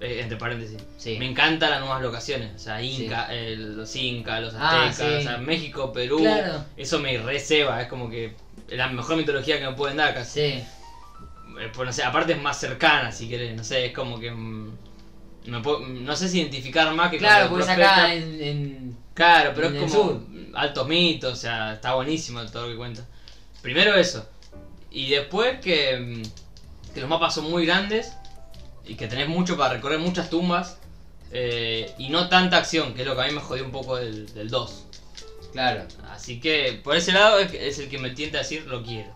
eh, entre paréntesis, sí. Me encantan las nuevas locaciones, o sea, Inca, eh, los Incas, los Ah, Aztecas, sí. o sea, México, Perú, Claro. eso me receba, es como que la mejor mitología que me pueden dar casi. Sí, Eh, pues, no sé, aparte es más cercana si querés, no sé, es como que mm, me puedo- mm, no sé si identificar más que con claro, el porque es profeta. acá en, en- Claro, pero en es el como sur. altos mitos, o sea, está buenísimo todo lo que cuenta. Primero eso. Y después que, mm, que los mapas son muy grandes y que tenés mucho para recorrer, muchas tumbas eh, y no tanta acción, que es lo que a mí me jodió un poco del, del 2. Claro, Así que por ese lado es, es el que me tienta a decir lo quiero.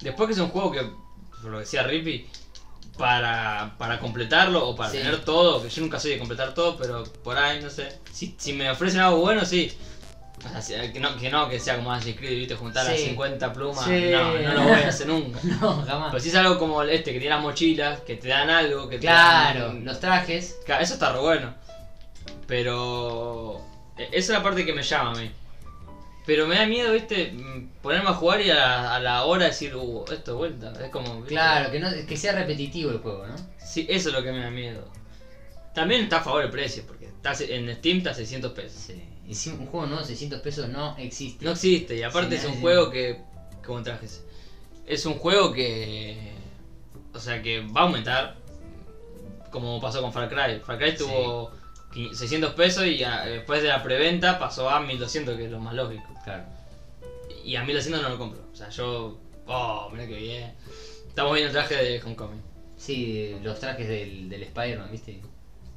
Después que es un juego que, por lo que decía Rippy, para, para completarlo o para Sí. tener todo, que yo nunca soy de completar todo, pero por ahí no sé. Si, si me ofrecen algo bueno, sí. O sea, si- que, no, que no que sea como Assassin's Creed, ¿viste? juntar las Sí. 50 plumas. Sí. No, no lo voy a hacer nunca. no, jamás. Pero si es algo como este, que tiene las mochilas, que te dan algo, que te dan- claro, los trajes. Ca- Eso está re bueno. Pero. e- Esa es la parte que me llama a mí. Pero me da miedo, viste, mm, ponerme a jugar y a la, a la hora decir, uh, esto de vuelta. Es como. ¿viste? Claro, que, no, que sea repetitivo el juego, ¿no? Sí, eso es lo que me da miedo. También está a favor el precio, porque está se- en Steam está a 600 pesos. Sí. Y si un juego no, 600 pesos no existe. No existe, y aparte Sí, es un sí. juego que. Como traje ese. Es un juego que. O sea, que va a aumentar. Como pasó con Far Cry. Far Cry Sí. tuvo qui- 600 pesos y a- después de la preventa pasó a 1200, que es lo más lógico. Claro. Y a 1200 no lo compro. O sea, yo. Oh, mira que bien. Estamos viendo el traje de Homecoming. Sí, los trajes del, del Spider-Man, ¿viste?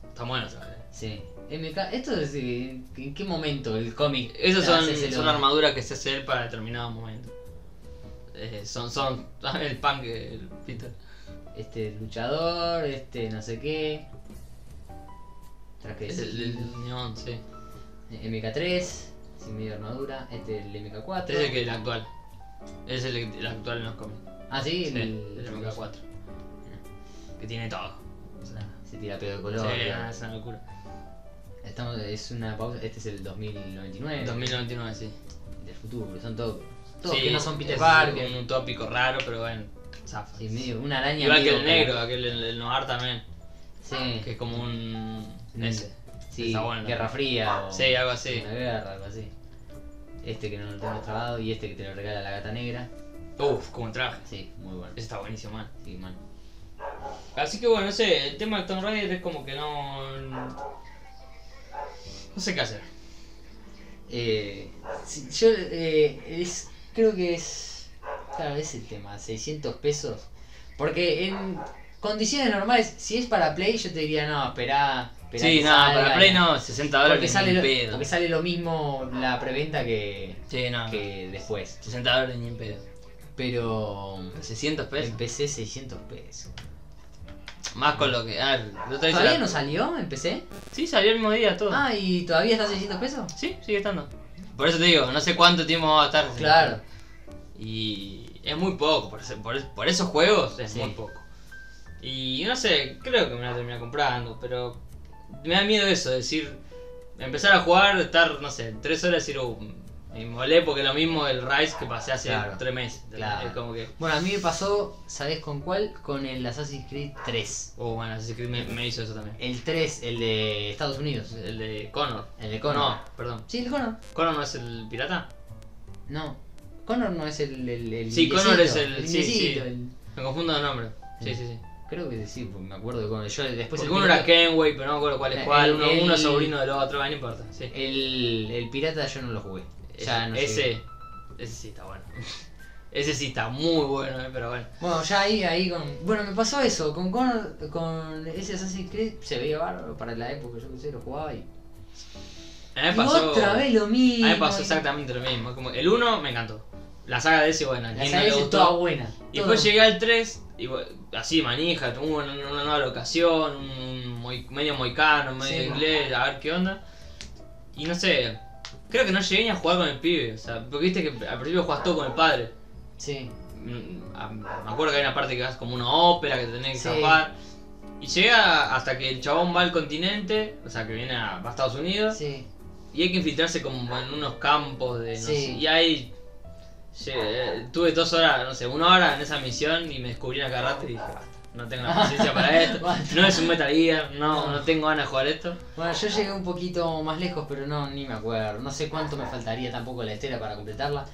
Están buenos igual, eh. Sí. MK, ¿esto es eh, en qué momento el cómic? Esas Ah, son, se- se lo- son armaduras que se hace él para determinado momento. Eh, son, son el punk, el Peter. Este luchador, este no sé qué. Traje de Es el, el sigilo. neón, sí. MK3, sin medio armadura. Este el MK4. Este es el que el actual. Es el, el actual en los cómics. Ah, sí, Sí, el, Mm. el MK4. Que tiene todo. O sea, Se tira pedo de sí, ah, color. ya. es una locura. Estamos, es una pausa. Este es el 2099. 2099, sí. Del futuro, son todos. Todos Sí, que no son Peter es Parker. Un utópico raro, pero bueno, zafa. Sí, medio, una araña. Igual que medio el negro, aquel el, el noir también. Sí, Que es como un. Mm. Ese. sí, está bueno. Guerra Fría. O Sí, algo así. Una guerra, algo así. Este que no lo tenemos trabado y este que te lo regala la gata negra. Uf, como traje. Sí, muy bueno. Ese está buenísimo, man. Sí, man. Así que bueno, no sé, el tema de Tomb Raider es como que no. No sé qué hacer. Eh, sí, yo eh, es, creo que es claro, es el tema, 600 pesos. Porque en condiciones normales, si es para Play, yo te diría, no, esperá. esperá sí, que no, salga, para Play no, 60 dólares. Porque ni sale, en lo, pedo. porque sale lo mismo la preventa que, Sí, no. que después. 60 dólares ni en pedo. Pero 600 pesos. empecé 600 pesos. Más con lo que. Ah, el otro día ¿Todavía se la- no salió? ¿Empecé? Sí, salió el mismo día todo. Ah, ¿y todavía está 600 pesos? Sí, sigue estando. Por eso te digo, no sé cuánto tiempo va a estar. Claro. Y es muy poco, por, ese- por, por esos juegos es Sí. muy poco. Y no sé, creo que me la termina comprando, pero me da miedo eso, decir, empezar a jugar, estar, no sé, tres horas y decir, "Uh, me molé porque es lo mismo el Rise que pasé hace Claro. tres meses. ¿entendés? Claro. Es como que, Bueno, a mí me pasó, ¿sabés con cuál? Con el Assassin's Creed 3. oh, bueno, Assassin's Creed me, me hizo eso también. El 3, el de Estados Unidos. El de Connor. El de Connor. No, perdón. Sí, el Connor. ¿Connor no es el pirata? No. Connor no es el. el, el Sí, indiecito, Connor es el- sí, indiecito, sí. el- Me confundo de nombre. Sí, sí, sí. creo que sí, porque me acuerdo de Connor. Yo después. Porque el uno era pirata- Kenway, pero no me acuerdo cuál es El- cuál. Uno, el- uno es sobrino del otro, ah, no importa. Sí. El, el pirata yo no lo jugué. Ya no ese, llegué. ese sí está bueno. Ese sí está muy bueno, eh, pero bueno. Bueno, ya ahí, ahí con. Bueno, me pasó eso. Con Connor, con ese Assassin's Creed se veía bárbaro para la época. Yo que sé, lo jugaba y. A mí me y pasó, otra vez lo a mí mismo. me pasó y- exactamente lo mismo. Como el 1 me encantó. La saga de ese, bueno, a La quien no saga le esa es toda gustó. buena. Y después todo. llegué al 3, y, bueno, así manija, tuvo una, una nueva locación, un moi- medio moicano, medio Sí. inglés, a ver qué onda. Y no sé, creo que no llegué ni a jugar con el pibe. O sea, porque viste que al principio jugás todo con el padre. Sí. Mm, a- me acuerdo que hay una parte que vas como una ópera que te tenés que Sí. zafar. Y llega hasta que el chabón va al continente, o sea que viene a, va a Estados Unidos, Sí. y hay que infiltrarse como en unos campos de no Sí. sé, y ahí llegué- tuve dos horas, no sé, una hora en esa misión y me descubrí una carrata y dije, basta, no tengo la paciencia para esto, Basta. no es un Metal Gear, no, No. no tengo ganas de jugar esto. Bueno, yo llegué un poquito más lejos, pero no, ni me acuerdo. No sé cuánto me faltaría tampoco la estela para completarla,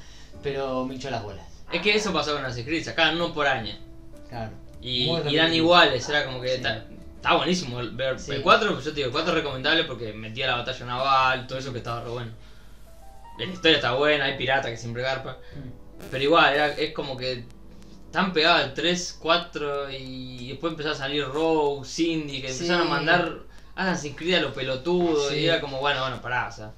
pero me hinchó las bolas. Es que eso pasó con las Creed, sacaban uno por año. Claro. Y, Muy y eran repetitivo. iguales, era como que Sí. está, está buenísimo el- ver Sí. el 4, pues yo te digo, el 4 es recomendable porque metía la batalla naval, todo eso que estaba re bueno. La historia está buena, hay pirata que siempre garpa. Pero igual, era- es como que están pegados el 3, 4 y después empezó a salir Rogue, Cindy, que Sí. empezaron a mandar Assassin's Creed a los pelotudos Sí. y era como, bueno, bueno, pará, o sea,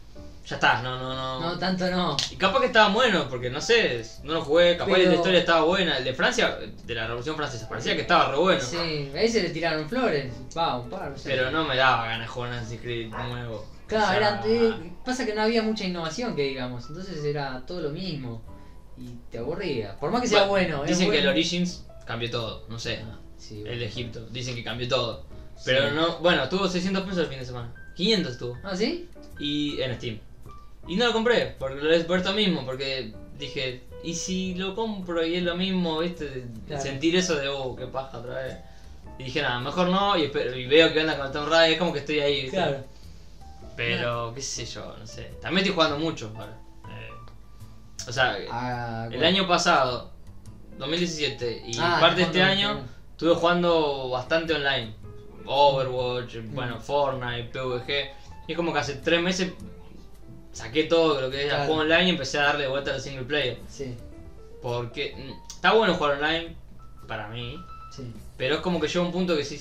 ya está, no, no, no. No, tanto no. Y capaz que estaba bueno, porque no sé, no lo jugué, capaz Pero- la historia estaba buena, el de Francia, de la Revolución Francesa, parecía que estaba re bueno. Sí, ahí se le tiraron flores. Va, un par. o sea. Pero no me daba ganas de jugar un Assassin's Creed nuevo. Claro, O sea, era- eh, pasa que no había mucha innovación, que digamos. Entonces era todo lo mismo. Y te aburría. Por más que sea bueno. es Dicen que el bueno. Ah, Origins cambió todo, no sé. Sí, El bueno. de Egipto, dicen que cambió todo. Pero Sí. no, bueno, tuvo 600 pesos el fin de semana. 500 estuvo. ¿Ah, sí? Y en Steam. Y no lo compré, porque lo es por esto mismo, porque dije, ¿y si lo compro y es lo mismo, viste? De- de Claro. Sentir eso de, oh, qué paja otra vez. Y dije, nada, mejor no, y, espero- y veo que anda con el Tomb Raider, es como que estoy ahí, ¿viste? Claro. Pero, qué sé yo, no sé. También estoy jugando mucho ahora. Eh, o sea, Ah, el bueno. año pasado, 2017, y Ah, parte de no, este no, año, no. estuve jugando bastante online. Overwatch, Mm. bueno, Fortnite, PvG. Y es como que hace tres meses saqué todo lo que es el Claro. juego online y empecé a darle vuelta al single player. Sí, Porque mm, está bueno jugar online, para mí, sí. pero es como que llega un punto que sí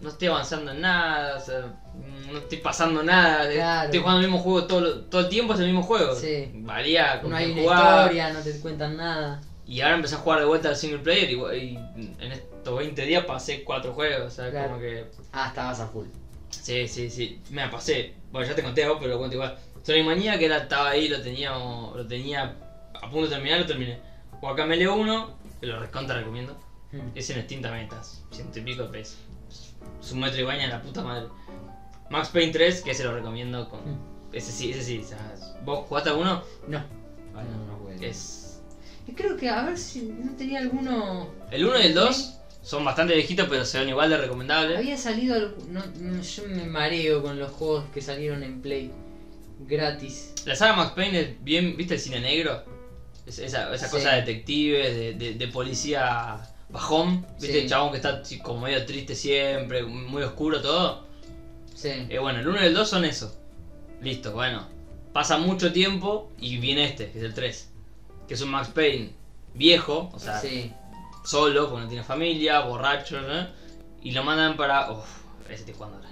no estoy avanzando en nada, o sea, mm, no estoy pasando nada, eh, Claro. estoy jugando el mismo juego todo, lo- todo el tiempo, es el mismo juego. Sí. Varía con No quién hay una jugaba. historia, no te cuentan nada. Y ahora empecé a jugar de vuelta al single player y, y en estos 20 días pasé 4 juegos, o sea, Claro. como que... Ah, estabas a full. Sí, sí, sí, me la pasé. Bueno, ya te conté a vos, pero lo cuento igual. Sonic Manía, que era, estaba ahí, lo tenía, lo tenía a punto de terminar, lo terminé. Guacamele 1, que lo recontra recomiendo. Mm. Es en Steam también estás, ciento y pico de pesos. Es un metro y baña la puta madre. Max Payne 3, que se lo recomiendo con... Mm. Ese sí, ese sí, o sea, ¿Vos jugaste a uno? No. Bueno, Ah, no jugué. es... Y Creo que a ver si no tenía alguno. El 1 y el 2 son bastante viejitos, pero se ven igual de recomendables. Había salido. algu- no, no, yo me mareo con los juegos que salieron en Play gratis. La saga Max Payne es bien, ¿viste el cine negro? Es- esa esa Sí. cosa de detectives, de, de- de policía bajón, ¿viste? Sí. El chabón que está así como medio triste siempre, muy oscuro todo. Sí. Eh, bueno, el 1 y el 2 son eso. Listo, bueno. Pasa mucho tiempo y viene este, que es el 3. Que es un Max Payne viejo, o sea, sí. solo, porque no tiene familia, borracho, ¿no? Y lo mandan para... Uf, ese estoy jugando ahora.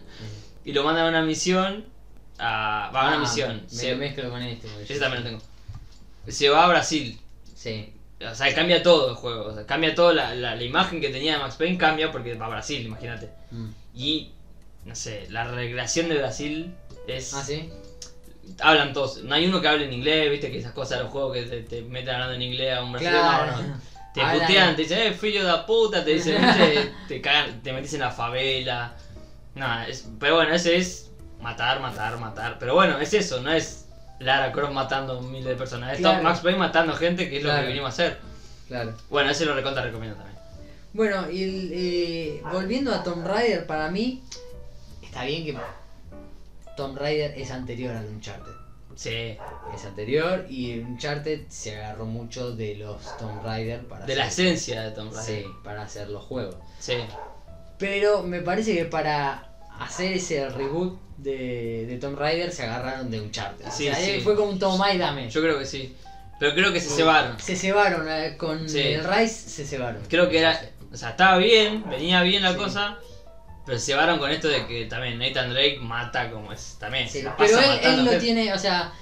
Y lo mandan a una misión... A, va a una Ah, misión. Me Se- lo mezclo con este. porque ese yo- también lo tengo. Se va a Brasil. Sí. O sea, cambia todo el juego. O sea, cambia toda la, la- la imagen que tenía de Max Payne, cambia porque va a Brasil, imagínate. Mm. Y, no sé, la recreación de Brasil es... Ah, sí. Hablan todos. No hay uno que hable en inglés, viste, que esas cosas de los juegos que te, te meten hablando en inglés a un brasileño. No, no. Te Hablan- putean, te dicen, eh, filho de puta, te dicen, viste, te cagan, te metís en la favela. Nada, es- pero bueno, ese es matar, matar, matar. Pero bueno, es eso, no es Lara Croft matando miles de personas. Es Claro. Max Payne matando gente, que es lo Claro. que vinimos a hacer. Claro. Bueno, ese lo recontra recomiendo también. Bueno, y el, eh, volviendo a Tomb Raider, para mí está bien que Tomb Raider es anterior al Uncharted. Sí, Es anterior y el Uncharted se agarró mucho de los Tomb Raider para de la hacer, esencia de Tomb Raider. sí, para hacer los juegos. Sí. Pero me parece que para hacer ese reboot de, de Tomb Raider se agarraron de Uncharted. O Sí, sea, eh, sí. fue como un toma y dame. yo creo que sí. Pero creo que se cebaron. Se cebaron eh, con Sí. el Rise, se cebaron. Creo que era. O sea, estaba bien, venía bien la Sí. cosa. Pero se cebaron con esto de que también Nathan Drake mata como es. También. Sí, se la pasa pero él, matando él lo gente. tiene, o sea,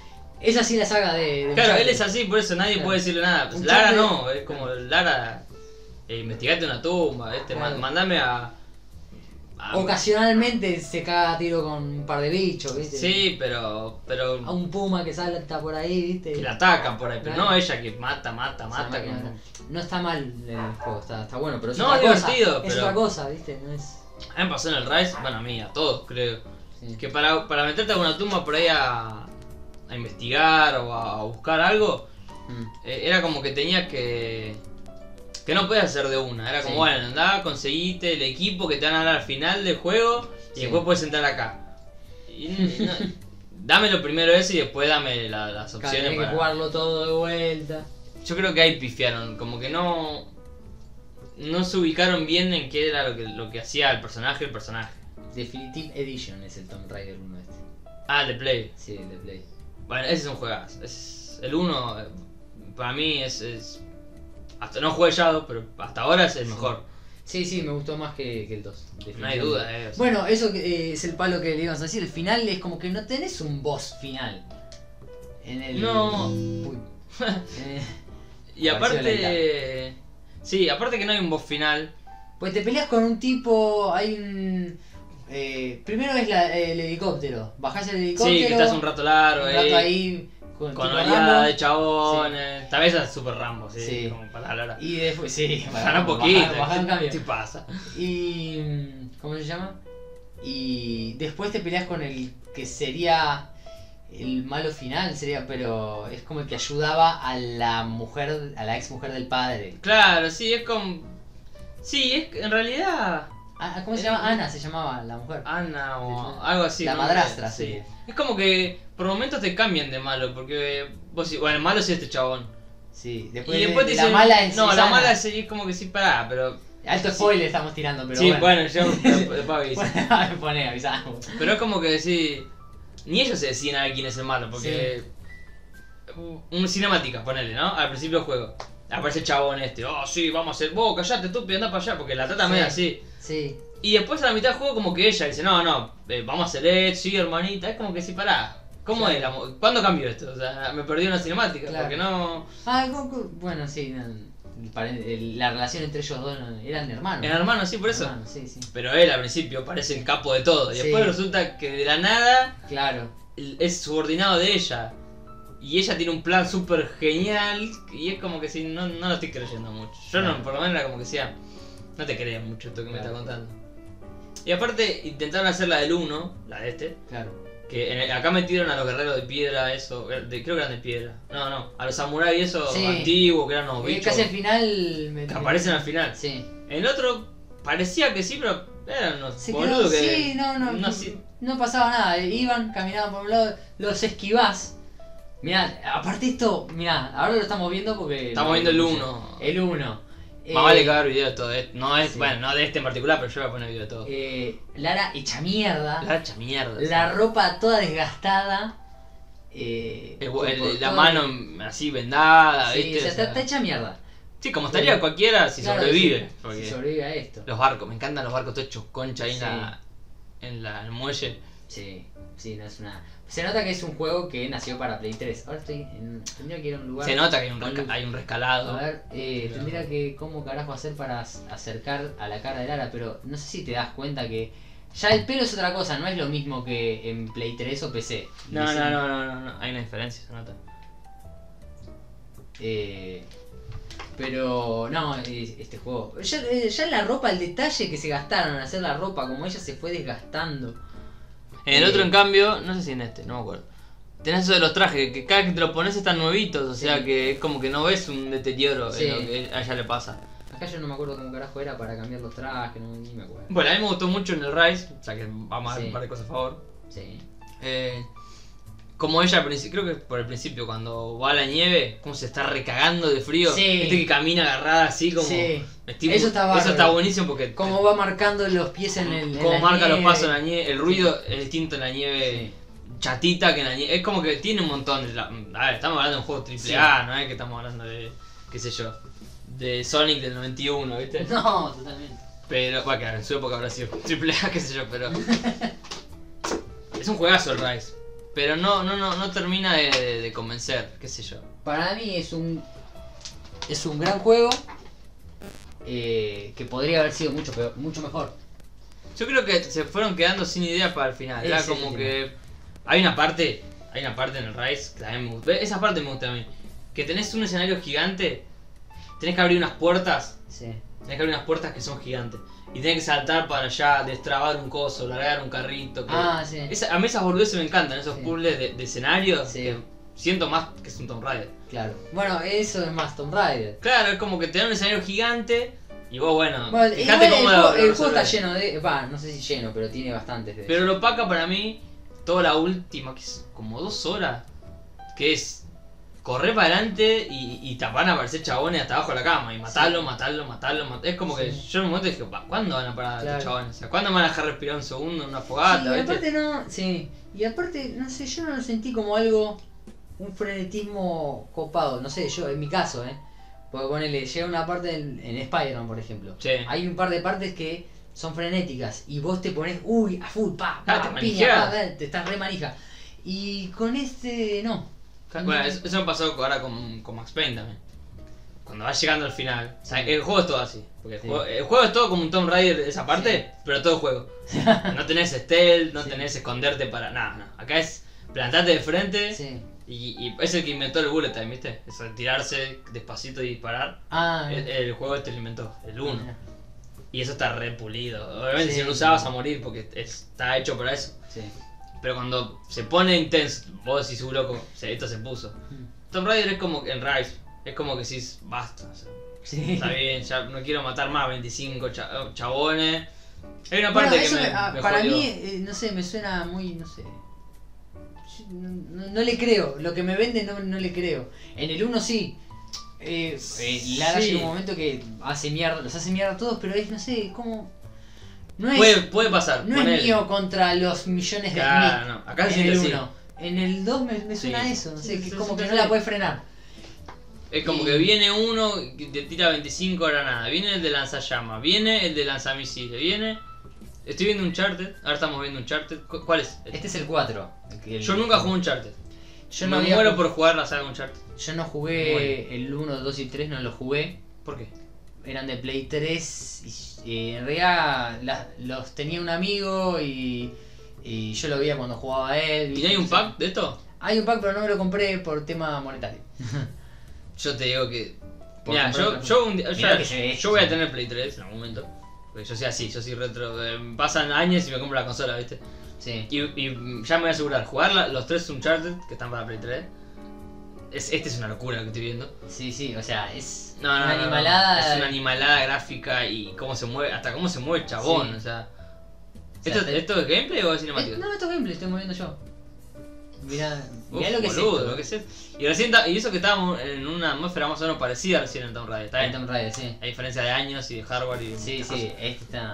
es así la saga de. de Claro, Uncharted. él es así, por eso nadie Claro. puede decirle nada. Pues, Un Lara chavo- no, es como Lara. eh, investigate una tumba, este, Claro. man- mandame a. a- Ocasionalmente se caga a tiro con un par de bichos, ¿viste? Sí, pero. pero A un puma que salta por ahí, ¿viste? que la atacan por ahí, pero Claro. no ella que mata, mata, O sea, mata. que como- mata. No está mal el juego, está, está bueno, pero es No, otra es divertido, cosa. Es pero- otra cosa, ¿viste? No es. A mí me pasó en el Rise, bueno, a mí, a todos creo. sí. Que para, para meterte a una tumba por ahí a, a investigar o a, a buscar algo, Mm. eh, era como que tenías que. que no podías hacer de una. Era como, Sí. bueno, andá, conseguiste el equipo que te van a dar al final del juego y Sí. después puedes entrar acá. Y no- dámelo primero ese y después dame la- las Claro, tenés opciones que para. jugarlo todo de vuelta. Yo creo que ahí pifiaron, como que no. No se ubicaron bien en qué era lo que, lo que hacía el personaje, el personaje. Definitive Edition es el Tomb Raider 1 este. Ah, el de Play. Sí, el de Play. Bueno, ese es un juegazo. Es, el 1 para mí es, es- Hasta no jugué Shadow, pero hasta ahora es el Sí. mejor. Sí, sí, me gustó más que, que el 2. No hay definitivamente. duda, eh. o sea, Bueno, eso que, eh, es el palo que le íbamos a decir. El final es como que no tenés un boss final. En el. No. Uy. Eh, y apareció aparte. Sí, aparte que no hay un boss final. pues te peleas con un tipo. Hay un. eh, primero es la- el helicóptero. Bajás el helicóptero. Sí, que estás un rato largo un ahí. rato ahí. Con, Con tipo oleada Rambo. de chabones. Tal vez es super Rambo, sí. Sí. Como para la hora. Y después, sí, Bajar un poquito. bajar- bajar un cambio. ¿Qué pasa? Y. mm, ¿Cómo se llama? Y después te peleas con el que sería el malo final, sería, pero es como el que ayudaba a la mujer, a la ex mujer del padre. Claro, sí, es como. Sí, es que en realidad. Ah, ¿Cómo se Eh, llama? Ana se llamaba la mujer. Ah. Ana Sí, o sí. algo así. la ¿no? madrastra, Sí. sí. Es como que por momentos te cambian de malo, porque vos decís, bueno, el malo es este chabón. Sí, después, Y después de- te la dicen, mala es. no, es la Ana. mala es, es como que sí, pará, pero... Alto spoiler estamos tirando, pero sí, bueno. bueno, yo después aviso. Bueno, Poné, avisamos. Pero es como que decís, ni ellos se deciden a ver quién es el malo, porque... Un cinemática, ponele, ¿no? Al principio del juego. Aparece el chabón este, oh sí, vamos a hacer, vos callate, estúpido, anda para allá, porque la trata Sí. medio así. Sí, Y después a la mitad del juego como que ella dice, no, no, eh, vamos a hacer esto, sí, hermanita. Es como que sí, pará. ¿Cómo Claro. es? la mo- ¿Cuándo cambió esto? O sea, me perdí una cinemática, Claro. porque no... Ah, Goku- bueno, sí. no, el pare- el- la relación entre ellos dos no- eran hermanos. En hermano, sí, por eso. Hermanos, sí, sí. Pero él al principio parece el capo de todo. Y Sí. después resulta que de la nada Claro. él es subordinado de ella. Y ella tiene un plan súper genial. Y es como que sí, no, no lo estoy creyendo mucho. Yo no, Claro. por lo menos era como que decía, no te creas mucho esto que me Claro. está contando. Y aparte intentaron hacer la del 1, la de este. Claro. Que en el- acá metieron a los guerreros de piedra, eso. de- creo que eran de piedra. No, no. A los samuráis, eso Sí. antiguos, que eran los Eh, bichos. casi al final. me- Que aparecen al final. Sí. El otro parecía que sí, pero eran unos Se boludos quedó, que. sí, no, no, no, no sé. pasaba nada. eh, Iban, caminaban por un lado, los esquivás. Mirá, aparte esto, mirá, ahora lo estamos viendo porque... Estamos viendo el 1. El Eh, 1. Más vale que haber video de todo esto. No es, sí. bueno, no de este en particular, pero yo voy a poner video de todo. eh, Lara hecha mierda, la hacha mierda. la sí. ropa toda desgastada. eh, El- con- el- con la todo- mano así vendada, Sí, ¿viste? o sea, O sea, está, está hecha mierda. sí, como estaría cualquiera si Claro, sobrevive. sí, porque Si sobrevive a esto. los barcos, me encantan los barcos todos hechos concha ahí en, Sí. la, en, la, en el muelle. Sí, sí, no es una... Se nota que es un juego que nació para Play 3. Ahora estoy en... Tendría que ir a un lugar... Se nota que hay un, con resca- luz. hay un rescalado. A ver, eh, Claro. tendría que cómo carajo hacer para ac- acercar a la cara de Lara, pero no sé si te das cuenta que ya el pelo es otra cosa, no es lo mismo que en Play 3 o PC. no, Dicen, no, no, no, no, no, hay una diferencia, se nota. eh, pero no, eh, este juego. Ya, eh, ya la ropa, el detalle que se gastaron en hacer la ropa, como ella se fue desgastando. En el Eh. otro, en cambio, no sé si en este, no me acuerdo. Tenés eso de los trajes, que cada que te los pones están nuevitos, o sea Sí. que es como que no ves un deterioro Sí. en lo que a ella le pasa. Acá yo no me acuerdo cómo carajo era para cambiar los trajes, no, ni me acuerdo. Bueno, a mí me gustó mucho en el Rise, o sea que vamos a dar Sí. un par de cosas a favor. Sí. Eh, como ella, al principio- creo que por el principio, cuando va a la nieve, como se está recagando de frío. Sí. Viste que camina agarrada así como. Sí. Estoy- Eso está bárbaro. está buenísimo porque. Cómo va marcando los pies en el. en cómo la marca los nieve. pasos en la nieve, el ruido es distinto en la nieve. Sí. chatita que la nie- Es como que tiene un montón de. la- A ver, estamos hablando de un juego triple Sí. A, no es que estamos hablando de. qué sé yo. De Sonic del 91, ¿viste? No, totalmente. Pero. Bueno, claro, en su época habrá sido triple A, qué sé yo, pero. es un juegazo el Rise. Pero no, no, no, no termina de, de- de convencer, qué sé yo. Para mí es un es un gran juego eh, que podría haber sido mucho peor- mucho mejor. Yo creo que se fueron quedando sin idea para el final. Era Ese es el como tema. que. Hay una parte. Hay una parte en el Rise que también me gusta. Esa parte me gusta a mí. Que tenés un escenario gigante. Tenés que abrir unas puertas. Sí. Tenés que abrir unas puertas que son gigantes. Y tenés que saltar para allá, destrabar un coso, largar un carrito. que- Ah, sí. Esa- a mí esas boludeces me encantan, esos Sí. puzzles de, de escenarios. Sí. que siento más que es un Tomb Raider. Claro. Bueno, eso es más Tomb Raider. Claro, es como que te dan un escenario gigante y vos, bueno, Bueno, fijate igual Ah, cómo el, lo- lo juego, el juego está resolvés. lleno de, va, no sé si lleno, pero tiene bastantes de. Pero lo paca para mí toda la última, que es como dos horas, que es correr para adelante y, y te van a aparecer chabones hasta abajo de la cama y matarlo, matarlo, matarlo, mat- Es como que Sí. yo en un momento dije, "Pa, ¿cuándo van a parar Claro. estos chabones? O sea, ¿cuándo me van a dejar respirar un segundo en una Sí, fogata? y ¿viste? aparte no, sí. Y aparte no sé, yo no lo sentí como algo un frenetismo copado, no sé, yo en mi caso, eh. Porque ponele, llega una parte en, en Spider-Man, por ejemplo. Sí. Hay un par de partes que son frenéticas y vos te pones, uy, a full, pa, Ah, pa, te piña, manijeás. pa, pa, te estás re manija. Y con este, no. Bueno, eso, eso me pasó ahora con, con Max Payne también. Cuando vas llegando al final, o sea, el juego es todo así. Porque el, Sí. juego, el juego es todo como un Tomb Raider, esa parte, pero todo juego. No tenés stealth, no Sí. tenés esconderte para nada, no. Acá es plantarte de frente Sí. y, y es el que inventó el bullet time, ¿viste? Eso de tirarse despacito y disparar. Ah, El, el juego este lo inventó, el 1. mira, Y eso está re pulido. Obviamente Sí. si no lo usabas a morir porque está hecho para eso. Sí. Pero cuando se pone intenso, vos decís, uh, loco, se- esto se puso. Tomb Raider es como que en Rise, es como que decís, basta, o sea, Sí. está bien, ya no quiero matar más 25 cha- oh, chabones. Hay una Bueno, parte que eso me, me- ah, me para jodió. mí, eh, no sé, me suena muy, no sé. Yo No, no- no le creo, lo que me vende no, no le creo. En el 1 sí. Eh, eh, Lara Sí. llega un momento que hace mierda, los hace mierda a todos, pero es, no sé, es como. No es, puede, puede pasar. no ponele. es mío contra los millones de Smith. Claro, no. Acá se siente en el así. 1. En el 2 me, me suena Sí. a eso, no Sí, sé, sí, que sí, como sí, que sí. no la puedes frenar. Es como que viene uno que te tira 25 granadas, viene el de lanzallamas, viene el de lanzamisiles, viene. Estoy viendo un charted, ahora estamos viendo un charted. ¿Cuál es? Este es el 4. el- Yo nunca jugué un charted. Yo me no había- muero por jugar la saga de un charted. Yo no jugué el 1, 2 y 3, no los jugué. ¿Por qué? Eran de Play 3. Y, eh, en realidad la- los tenía un amigo y, y yo lo veía cuando jugaba a él. ¿Y no hay un pack de esto? Hay un pack, pero no me lo compré por tema monetario. Yo te digo que. Por Mira, comprar yo, otra yo, un día- Mirá ya- que se ve. yo voy a tener Play 3 en algún momento. Porque yo soy así, yo soy retro. eh, pasan años y me compro la consola, ¿viste? Sí. Y, y ya me voy a asegurar, jugar la- los tres Uncharted que están para Play 3. Es, este es una locura lo que estoy viendo. Sí, sí, o sea, es No, no, una no, no, animalada. Es una animalada gráfica y cómo se mueve, hasta cómo se mueve el chabón, Sí. o sea. O sea, ¿Esto, te- ¿Esto es gameplay o es Es- cinemático? no, esto es gameplay, estoy moviendo yo. Mirá, Uf, mirá lo boludo, que es esto. lo que es esto. Y, recién, ta- y eso que estábamos en una atmósfera más o menos parecida recién en Tomb Raider. Está El bien, Tomb Raider, sí. a diferencia de años y de hardware y de Sí, muchas sí, este está.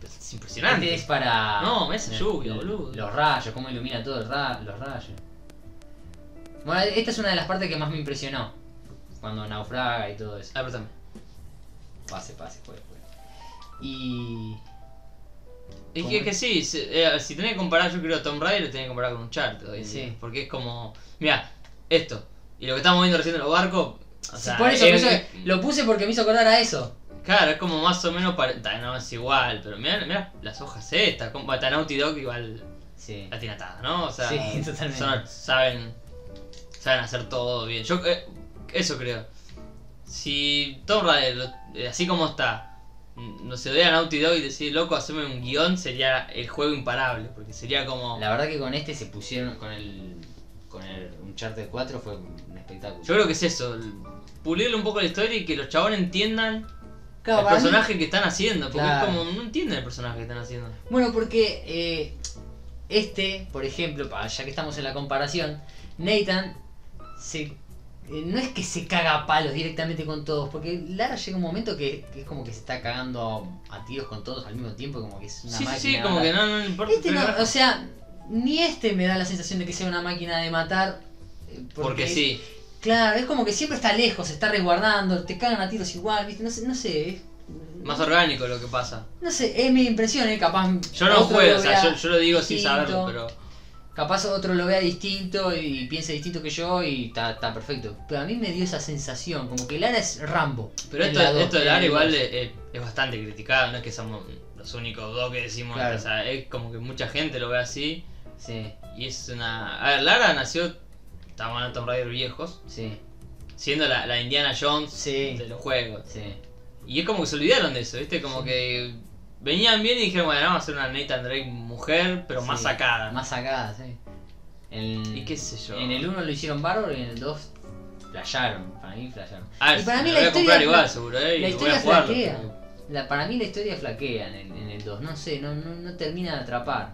cosas. Es Este impresionante. es para. No, me hace Eh, lluvia, lo- boludo. Los rayos, cómo ilumina todo el ra- los rayos. Bueno, esta es una de las partes que más me impresionó. Cuando naufraga y todo eso. Apretame. Pase, pase, juega, juega. Y. Es ¿Cómo que, es? que sí, si, eh, si tenés que comparar, yo creo Tomb Raider, lo tenés que comparar con un Uncharted. hoy en Sí. día, Porque es como, mira, esto. Y lo que estamos viendo recién en los barcos. O sea, eh, Sí, por eso, es- por eso es- lo puse porque me hizo acordar a eso. Claro, es como más o menos. pare- ta, No es igual, pero mira las hojas estas. Como, ta, Naughty Dog igual Sí. la tiene atada, ¿no? O sea, Sí, totalmente. son- saben, saben hacer todo bien. Yo, eh, eso creo. Si Tomb Raider, lo- eh, así como está, mm, no se doy a Naughty Dog y decir, loco, haceme un guión, sería el juego imparable. Porque sería como. La verdad que con este se pusieron. Con el. Con el Uncharted 4 fue un espectáculo. Yo creo que es eso, el- pulirle un poco la historia y que los chabones entiendan Claro, el para mí- personaje que están haciendo, porque Claro. es como no entienden el personaje que están haciendo. Bueno, porque eh, este, por ejemplo, pa- ya que estamos en la comparación, Nathan se, eh, no es que se caga a palos directamente con todos, porque Lara llega un momento que, que es como que se está cagando a tiros con todos al mismo tiempo, como que es una sí, sí, máquina. sí, como que no, no le importa. Este pero- no, o sea, ni este me da la sensación de que sea una máquina de matar. eh, Porque, porque sí. Claro, es como que siempre está lejos, se está resguardando, te cagan a tiros igual, ¿viste? No sé, no sé. es- Más orgánico lo que pasa. no sé, es mi impresión, ¿eh? capaz. Yo no otro juego, o lo sea, vea yo, yo lo digo sin distinto, saberlo, pero. Capaz otro lo vea distinto y piense distinto que yo y está está perfecto. Pero a mí me dio esa sensación, como que Lara es Rambo. Pero en esto, la dos, esto de en la Lara igual dos. es, es- es bastante criticado, no es que somos los únicos dos que decimos, Claro. o sea, es como que mucha gente lo ve así. Sí, Y es una. A ver, Lara nació. Estamos hablando de Tomb Raider viejos, sí, siendo la, la Indiana Jones Sí. de los juegos. sí. Y es como que se olvidaron de eso, ¿viste? Como Sí. que venían bien y dijeron, bueno, vamos a hacer una Nathan Drake mujer, pero más Sí, sacada. Más sacada, sí. En- Y qué sé yo. En el 1 lo hicieron bárbaro y en el 2 flasharon. Para mí flasharon. A ver, y para me mí lo la voy a historia comprar fla- igual, seguro, ¿eh? Y la voy a historia jugarlo. flaquea. La, para mí la historia flaquea en el, en el 2. No sé, no, no, no termina de atrapar.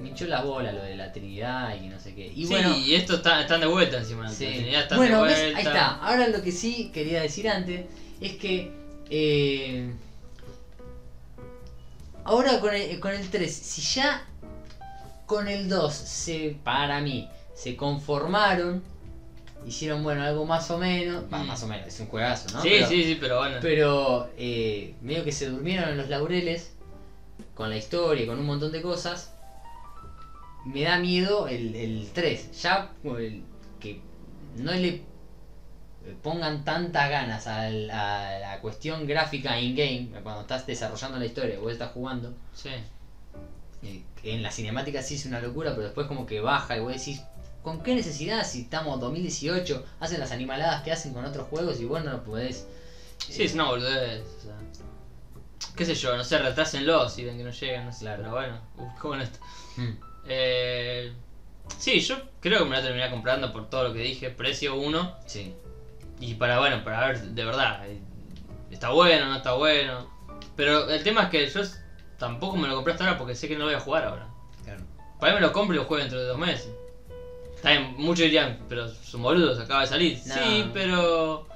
Me hinchó las bolas lo de la Trinidad y no sé qué. Y sí, bueno, y esto está, están de vuelta encima. Sí. la Trinidad están Bueno, de ¿ves? vuelta. ahí está. Ahora lo que sí quería decir antes es que eh, ahora con el, con el 3, si ya con el 2 se, para mí, se conformaron, hicieron bueno algo más o menos, va, Mm. más o menos, es un juegazo, ¿no? sí, Pero- sí, sí, pero bueno. pero eh, medio que se durmieron en los laureles con la historia, y con un montón de cosas. Me da miedo el, el 3. Ya el- que no le pongan tantas ganas al- a la cuestión gráfica in-game, cuando estás desarrollando la historia o estás jugando. Sí. eh, En la cinemática sí es una locura, pero después como que baja y vos decís, ¿con qué necesidad si estamos 2018? Hacen las animaladas que hacen con otros juegos y vos no lo podés. Sí, es una boludez. O sea. Qué sé yo, no sé, retrásenlo si ven que no llegan, no sé. Claro. Pero bueno, uf, cómo no está. Mm. Eh, sí, yo creo que me lo voy a terminar comprando por todo lo que dije. Precio 1. Sí. Y para, bueno, para ver de verdad, eh, está bueno, no está bueno. Pero el tema es que yo s- tampoco me lo compré hasta ahora porque sé que no lo voy a jugar ahora. Claro. Para mí me lo compro y lo juego dentro de dos meses. Está bien, muchos dirían, pero son boludos, acaba de salir. No. Sí, pero.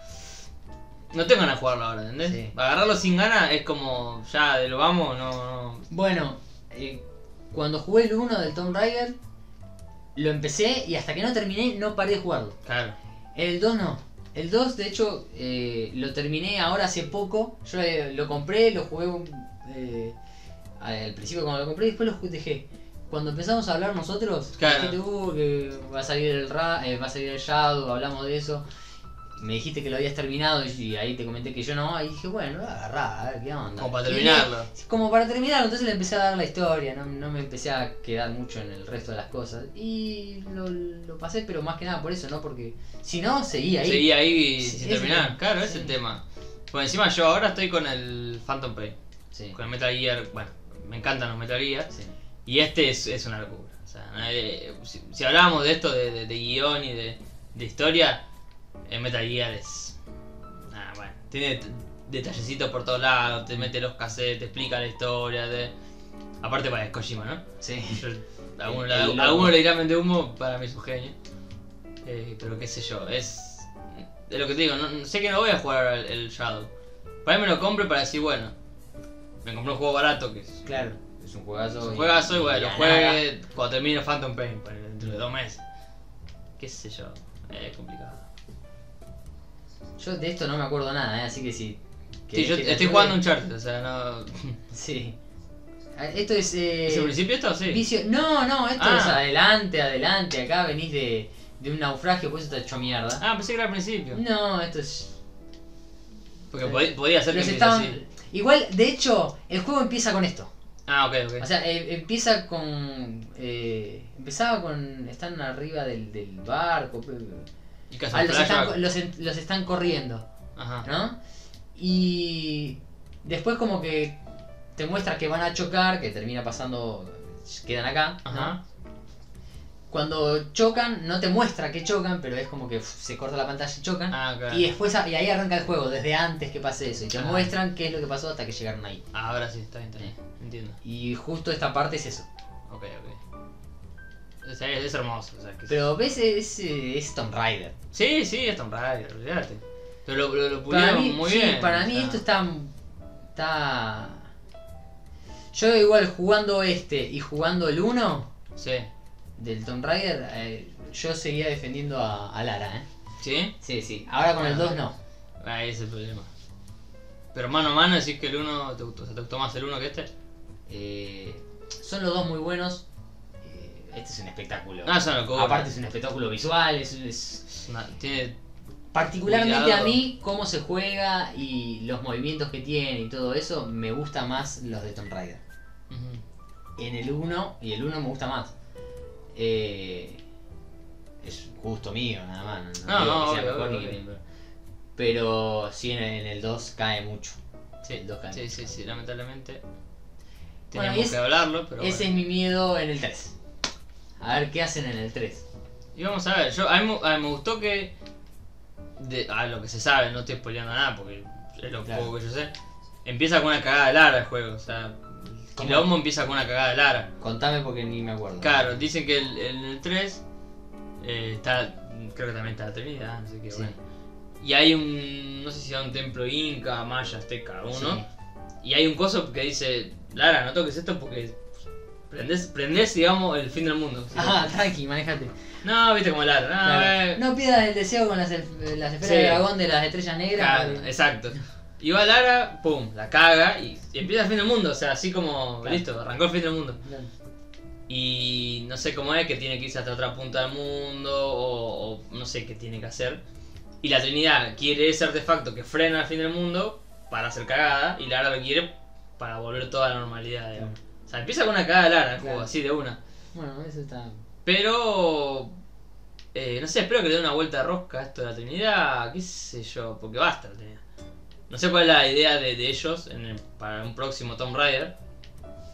No tengo ganas de jugarlo ahora, ¿entendés? Sí. Agarrarlo sin ganas es como, ya, de lo vamos, no. no. Bueno, eh, cuando jugué el 1 del Tomb Raider, lo empecé y hasta que no terminé no paré de jugarlo. Claro. El 2 no. El 2, de hecho, eh, lo terminé ahora hace poco. Yo eh, lo compré, lo jugué un- eh, al principio cuando lo compré, después lo ju- dejé. Cuando empezamos a hablar nosotros, Claro. dijiste "Uh, que va a salir el Ra- eh, va a salir el Shadow, hablamos de eso. Me dijiste que lo habías terminado y- y ahí te comenté que yo no, y dije, bueno, agarrá, a ver qué onda. Como para Y le- terminarlo. como para terminar, entonces le empecé a dar la historia, no, no me empecé a quedar mucho en el resto de las cosas. Y lo, lo pasé, pero más que nada por eso, ¿no? Porque si no, seguía ahí. Seguí ahí Sí, sin ese terminar. tema. Claro, ese es Sí. el tema. Pues encima yo ahora estoy con el Phantom Pain. Sí, Con el Metal Gear. Bueno, me encantan los Metal Gear. sí. Y este es, es una locura. O sea, no hay- si, si hablábamos de esto, de, de- de guión y de, de historia, el Metal Gear es. Nada, bueno. Tiene t- detallecitos por todos lados, te mete los cassettes, te explica la historia. te- Aparte, para es Kojima, ¿no? sí. Yo- alguno, El- el le- loco. alguno le dirá mente humo, para mí es un genio. Eh, pero qué sé yo, es. Es lo que te digo, no- no- sé que no voy a jugar al- el, Shadow. Para mí me lo compro para decir, bueno, me compré un juego barato que es. Claro. Es un juegazo. es y- un juegazo y y bueno, la nada. juegue cuando termine Phantom Pain, ponele, dentro de dos meses. Qué sé yo, eh, es complicado. Yo de esto no me acuerdo nada, ¿eh? así que sí. Sí, yo estoy jugando un charter, o sea, no. Eh, Sí. Ah, Esto es. Eh... ¿Es el principio esto? Sí. vicio- No, no, esto Ah. es adelante, adelante. Acá venís de, de un naufragio, por eso está hecho mierda. Ah, pensé que era al principio. No, esto es. Porque pod- podía ser que Los empiece estaban- así. Igual, de hecho, el juego empieza con esto. Ah, ok, ok. O sea, eh, empieza con. eh, empezaba con. Están arriba del, del barco. pe- y casi Ah, los, están, co- flashback. los, en- los están corriendo, Ajá. ¿no? Y. Después, como que te muestra que van a chocar, que termina pasando. Quedan acá. ¿no? Ajá. Cuando chocan, no te muestra que chocan, pero es como que uf, se corta la pantalla y chocan. Ah, ok. Y después y ahí arranca el juego, desde antes que pase eso. Y te Ah. muestran qué es lo que pasó hasta que llegaron ahí. Ah, ahora sí, está bien, está bien. Entiendo. Y justo esta parte es eso. Ok, ok. O sea, es, es hermoso. O sea, que Pero ves, es, eh, es Tomb Raider. Sí, sí, es Tomb Raider, olvídate. Pero lo, lo, lo Para pulieron mí, muy sí, bien. para o mí sea. esto está, está... Yo igual jugando este y jugando el 1 Sí. del Tomb Raider, eh, yo seguía defendiendo a, a Lara, ¿eh? ¿Sí? Sí, sí. Ahora con el 2 no. Ahí Ah, es el problema. Pero mano a mano decís que el 1 te gustó, o sea, te gustó más el 1 que este. Eh, son los dos muy buenos. Eh, este es un espectáculo. No, es una locura. Aparte es un espectáculo visual, es- es Es una- tiene. Particularmente Cuidado. a mí, cómo se juega y los movimientos que tiene y todo eso, me gusta más los de Tomb Raider. Ujú. En el 1, y el 1 me gusta más. Eh, es gusto mío, nada más. No, digo no, que sea obvio, mejor obvio, ni- obvio, obvio. Pero sí, en, en el 2 cae mucho. Sí, el 2 cae sí, mucho. sí, sí, lamentablemente. Bueno, Teníamos y es- que hablarlo, pero. Ese bueno. es mi miedo en el 3. A ver qué hacen en el 3. Y vamos a ver, yo, a, mí, mu- a mí me gustó que. De, a lo que se sabe, no estoy spoileando nada porque es lo Claro. poco que yo sé. Empieza con una cagada de Lara el juego, o sea. ¿Cómo? Quilombo empieza con una cagada de Lara. Contame porque ni me acuerdo. Claro, dicen que el- en el, 3 eh, está. Creo que también está la Trinidad, no sé qué, Sí, bueno. Y hay un. No sé si era un templo inca, maya, azteca, uno. sí. Y hay un coso que dice: Lara, no toques esto porque. Prendés, prendés, digamos, el fin del mundo. Ah, tranqui, manejate. No, viste como Lara, no, eh, No pidas el deseo con las, elf- las esferas Sí. de dragón de las estrellas negras. Claro, porque- exacto. Y va Lara, pum, la caga y, y empieza el fin del mundo, o sea, así como, Claro. listo, arrancó el fin del mundo. Claro. Y no sé cómo es que tiene que irse hasta otra punta del mundo o, o no sé qué tiene que hacer. Y la Trinidad quiere ese artefacto que frena el fin del mundo para hacer cagada y Lara lo quiere para volver toda la normalidad. digamos. O sea, empieza con una cagada de Lara, el juego, Claro. así de una. Bueno, eso está. Pero. eh, no sé, espero que le dé una vuelta de rosca a esto de la Trinidad, qué sé yo, porque basta la Trinidad. No sé cuál es la idea de, de ellos en el- para un próximo Tomb Raider.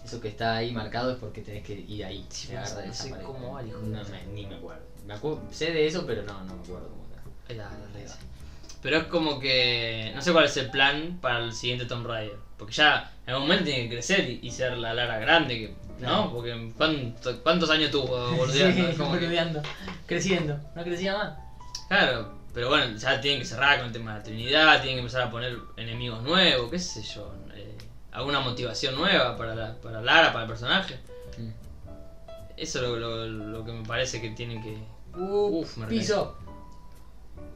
Eso que está ahí marcado es porque tenés que ir ahí. Sí, te no agarra sé- de no esa sé pared. cómo va el hijo de No puta. me- ni me acuerdo. Me acu- Sé de eso, pero no, no me acuerdo cómo era. Ahí está, ahí está, ahí está. Pero es como que. No sé cuál es el plan para el siguiente Tomb Raider. Porque ya en algún momento tiene que crecer y, y ser la Lara grande, que, ¿no? Claro. Porque ¿cuánto- ¿cuántos años tuvo boludeando? Es Sí, como que- boludeando. Creciendo. No crecía más. Claro, pero bueno, ya tienen que cerrar con el tema de la Trinidad, tienen que empezar a poner enemigos nuevos, qué sé yo. eh, alguna motivación nueva para, la- para Lara, para el personaje. Eso es lo, lo- lo que me parece que tienen que... Uh, Uf, me reí. piso.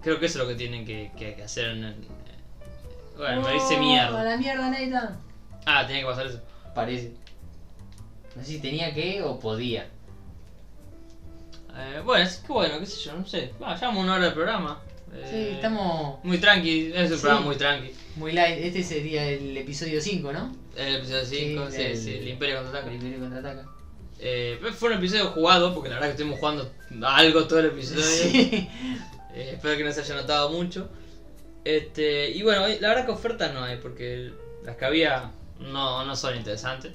Creo que eso es lo que tienen que, que- que hacer en el- eh, Oh. Bueno, me dice mierda. A la mierda, Nathan. Ah, tiene que pasar eso. Parece. No sé si tenía que o podía. Eh, bueno, es que bueno, qué sé yo, no sé. Va, llevamos una hora de programa. Eh, Sí, estamos Muy tranqui, es un Sí. programa muy tranqui. muy light. Este sería el episodio 5, ¿no? El episodio 5, sí, Sí, sí, el- el Imperio contraataca. El primer contraataca. Eh, pero fue un episodio jugado, porque la verdad que estuvimos jugando a algo todo el episodio. Sí. Eh, espero que no se haya notado mucho. Este, y bueno, hoy- la verdad que ofertas no hay, porque las que había no, no son interesantes.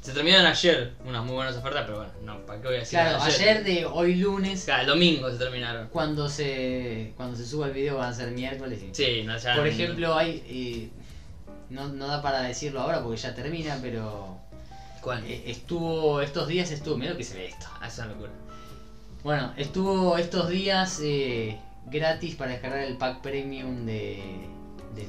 Se terminaron ayer unas muy buenas ofertas, pero bueno, no, ¿para qué voy a decir? Claro, ayer de hoy lunes, Claro, el domingo se terminaron. cuando se cuando se suba el video van a ser miércoles. y- Sí, no, ya- Por ejemplo, hay eh, no, no da para decirlo ahora porque ya termina, pero ¿Cuál? eh, estuvo estos días estuvo, mira lo que se ve esto. Ah, esa es una locura. Bueno, estuvo estos días eh, gratis para descargar el pack premium de del,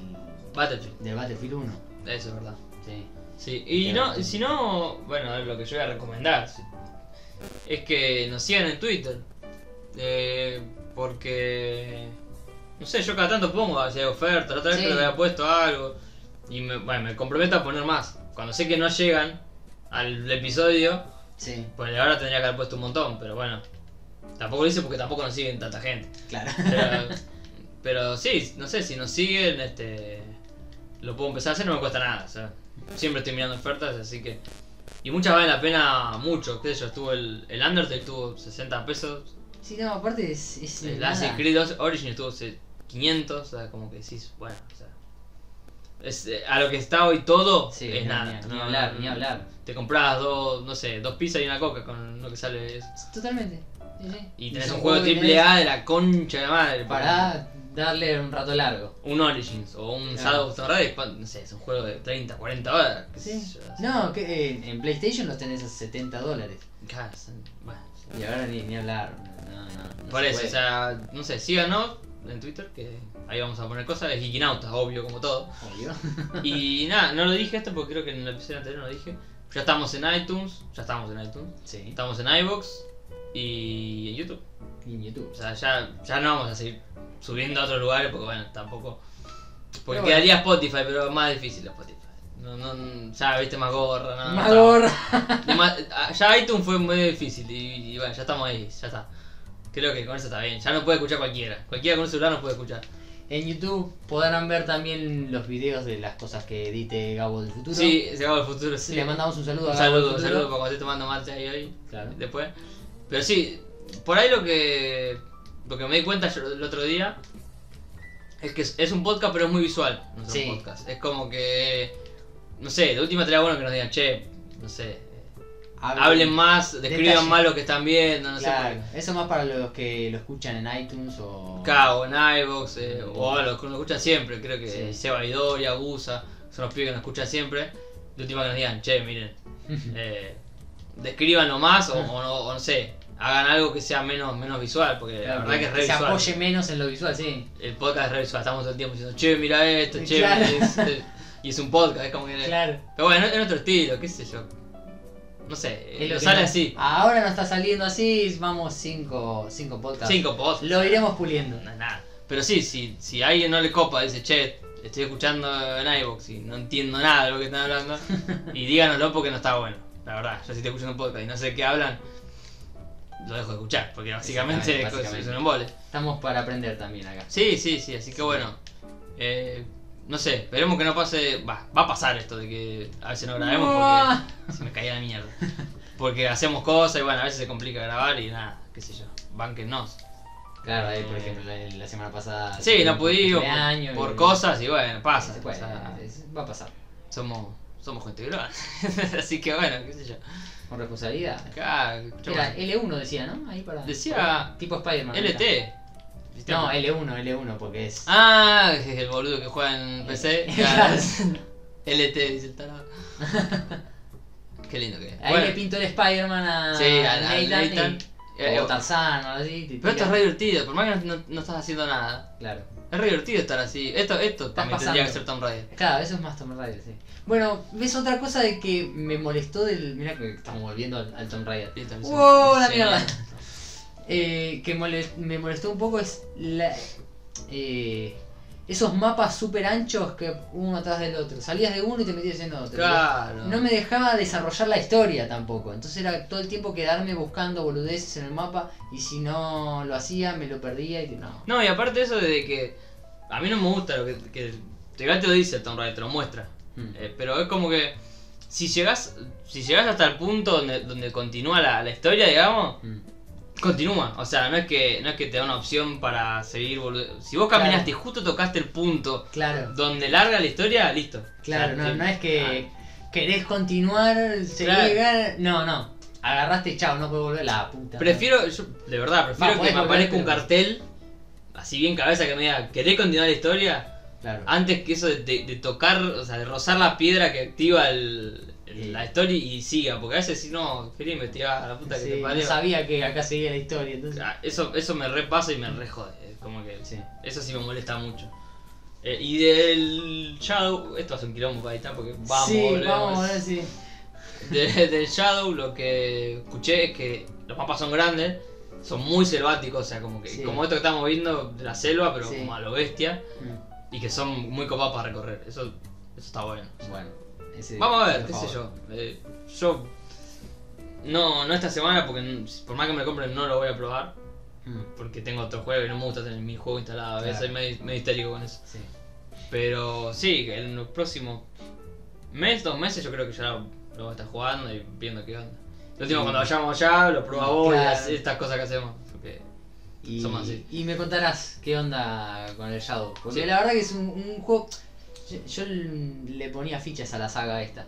Battlefield, del Battlefield 1. eso es verdad. Sí. Sí, y Claro, no, sí. si no, bueno, lo que yo voy a recomendar sí, es que nos sigan en Twitter. Eh, porque, no sé, yo cada tanto pongo ah, si hay oferta, la otra vez Sí. creo que había puesto algo. Y me, bueno, me comprometo a poner más. Cuando sé que no llegan al episodio, Sí, pues ahora tendría que haber puesto un montón, pero bueno. Tampoco lo hice porque tampoco nos siguen tanta gente. claro. Pero, pero sí, no sé, si nos siguen, este lo puedo empezar a hacer, no me cuesta nada. o sea, siempre estoy mirando ofertas, así que. Y muchas valen la pena mucho, qué sé yo, estuvo el, el Undertale estuvo 60 pesos, Sí, no, aparte es, es el nada. Assassin's Creed 2 Origin estuvo se- 500, o sea, como que decís, bueno, o sea. es, eh, a lo que está hoy todo Sí, es no, nada. ni- no, ni hablar, no, ni no. hablar. Te compras dos, no sé, dos pizzas y una coca con lo que sale eso. Totalmente. sí, sí. Y tenés es un juego que triple A de la concha de la madre. tenés Para E darle un rato largo. un Origins o un Claro. Shadow of the Red, ¿cuán- no sé, es un juego de 30, 40 horas. qué sé Sí. yo, así. No, que eh, en PlayStation los tenés a 70 dólares. Claro, son- bueno, Y ahora ni, ni hablar. No, no, no por se eso, puede. o sea, no sé, síganos en Twitter, que ahí vamos a poner cosas, es Geekinautas, obvio, como todo. Obvio. Y nada, no lo dije esto porque creo que en el episodio anterior no lo dije. Ya estamos en iTunes, ya estamos en iTunes, Sí. estamos en iBox y en YouTube. Y en O YouTube. sea, ya, ya no vamos a seguir subiendo a otros lugares porque, bueno, tampoco. Porque Pero bueno. quedaría Spotify, pero es más difícil Spotify. No, no, ya viste más gorra, no, no, Más no. gorra. Y más- ah, ya iTunes fue muy difícil y, y bueno, ya estamos ahí, ya está. Creo que con eso está bien, ya no puede escuchar cualquiera. Cualquiera con un celular no puede escuchar. En YouTube podrán ver también los videos de las cosas que edite Gabo del futuro. Sí, se acabó el futuro, sí. Le mandamos un saludo un a Gabo del saludo, un futuro. saludo para cuando esté tomando mate ahí hoy, Claro. después. Pero sí, por ahí lo que lo que me di cuenta yo el otro día es que es, es un podcast pero es muy visual, no es un Sí. podcast. Es como que, no sé, de última estaría bueno que nos digan, che, no sé, Hablen- hablen más, describan Detalle. más lo que están viendo, no sé. Claro. Eso más para los que lo escuchan en iTunes o. Cabo, en iVox, eh, o a los que nos escuchan siempre, creo que Sí. Seba Idoria, Gusa, son los pibes que nos escuchan siempre. De última que nos digan, che, miren, eh, describan más o, o no, o no sé, hagan algo que sea menos, menos visual, porque Claro, la verdad que es re se visual. apoye menos en lo visual, sí. El podcast es re visual, estamos todo el tiempo diciendo, che, mira esto, che, Claro. mira es- es- y es un podcast, es como que... Claro. Pero bueno, es nuestro estilo, qué sé yo. No sé, Es lo que sale no- así. Ahora no está saliendo así, vamos cinco, cinco podcasts. Cinco podcasts. Lo iremos puliendo. No es nada. Pero sí, si, si a alguien no le copa, dice, che, estoy escuchando en iVoox y no entiendo nada de lo que están hablando, y díganoslo porque no está bueno. La verdad, yo si te escucho en un podcast y no sé de qué hablan, lo dejo de escuchar, porque básicamente, Exactamente, es- básicamente. es un embole. Estamos para aprender también acá. Sí, sí, sí, así que bueno. eh, no sé, esperemos que no pase. Va, va a pasar esto de que a veces no grabemos Uah. porque se me caía la mierda. Porque hacemos cosas y bueno, a veces se complica grabar y nada, qué sé yo. Banquennos. Claro, ahí por ejemplo la, la semana pasada. Sí, no pudimos cumpleaños por, por y- cosas y bueno, pasa. Se puede, o sea, es- va a pasar. somos, somos gente grosa. Así que bueno, qué sé yo. Con responsabilidad. Acá escuchamos- Era L1 decía, ¿no? Ahí para. Decía Tipo Spider-Man. LT. ¿viste? No, L1, L1 porque es. Ah, es el boludo que juega en PC. Claro. LT, dice el tarado. Qué lindo que es. Ahí Bueno, le pintó el Spider-Man a. sí, al, al Nathan y- Nathan. Eh, O Tarzán o algo así. te Pero esto tira- es re divertido, por más que no, no- no estás haciendo nada. Claro. Es re divertido estar así. Esto, esto también tendría que ser pasando. Tom Raider. Claro, eso es más Tomb Raider, sí. Bueno, ves otra cosa de que me molestó del. Mirá que estamos volviendo al, al Tomb Raider. Listo, no sé. ¡Wow! La Sí. mierda. Eh, que mole- me molestó un poco es la. eh, esos mapas super anchos que uno atrás del otro. Salías de uno y te metías en otro. Claro. No me dejaba desarrollar la historia tampoco. Entonces era todo el tiempo quedarme buscando boludeces en el mapa y si no lo hacía me lo perdía y no. No, y aparte eso de que a mí no me gusta lo que, que igual te lo dice el Tomb Raider, te lo muestra. Hmm. Eh, pero es como que si llegas si llegas hasta el punto donde, donde continúa la, la historia, digamos, Mm. continúa. O sea, no es que no es que te da una opción para seguir bolude- Si vos caminaste y justo tocaste el punto Claro, donde larga la historia, listo. claro, O sea, no, te- no es que querés continuar, seguir, Ah. Claro. no, no. Agarraste y chao, no puedo volver la puta. Prefiero, yo, de verdad, prefiero Va, que podés me volver, aparezca un pero- cartel, así bien cabeza, que me diga, ¿querés continuar la historia? Claro. Antes que eso de, de- de tocar, o sea, de rozar la piedra que activa el, Sí. la historia y siga, porque a veces si no, quería investigar a la puta que Sí, te no parió. sabía que acá seguía la historia, entonces. Ah, Eso, eso me repasa y me rejode, es como que, sí, eso sí me molesta mucho. Eh, y del Shadow, esto hace un quilombo para editar porque vamos, sí, volvemos. vamos, pues. ahora sí. De- del Shadow lo que escuché es que los mapas son grandes, son muy selváticos, o sea, como que Sí. como esto que estamos viendo de la selva, pero Sí. como a lo bestia, Mm. y que son muy copados para recorrer. Eso, eso está bueno. Bueno, ese- Vamos a ver, por qué sé favor. yo. Eh, yo no, no esta semana porque n- por más que me lo compren no lo voy a probar. Mm, Porque tengo otro juego y no me gusta tener mi juego instalado, a veces soy Claro. medio, medio histérico con eso. sí. Pero sí, que en los próximos mes, dos meses, yo creo que ya lo voy a estar jugando y viendo qué onda. Lo último, Sí. cuando vayamos allá, lo prueba vos y Claro. hace- estas cosas que hacemos. Porque Y, Somos así. y me contarás qué onda con el Shadow. Porque Sí. la verdad que es un, un juego. Yo, yo le ponía fichas a la saga esta.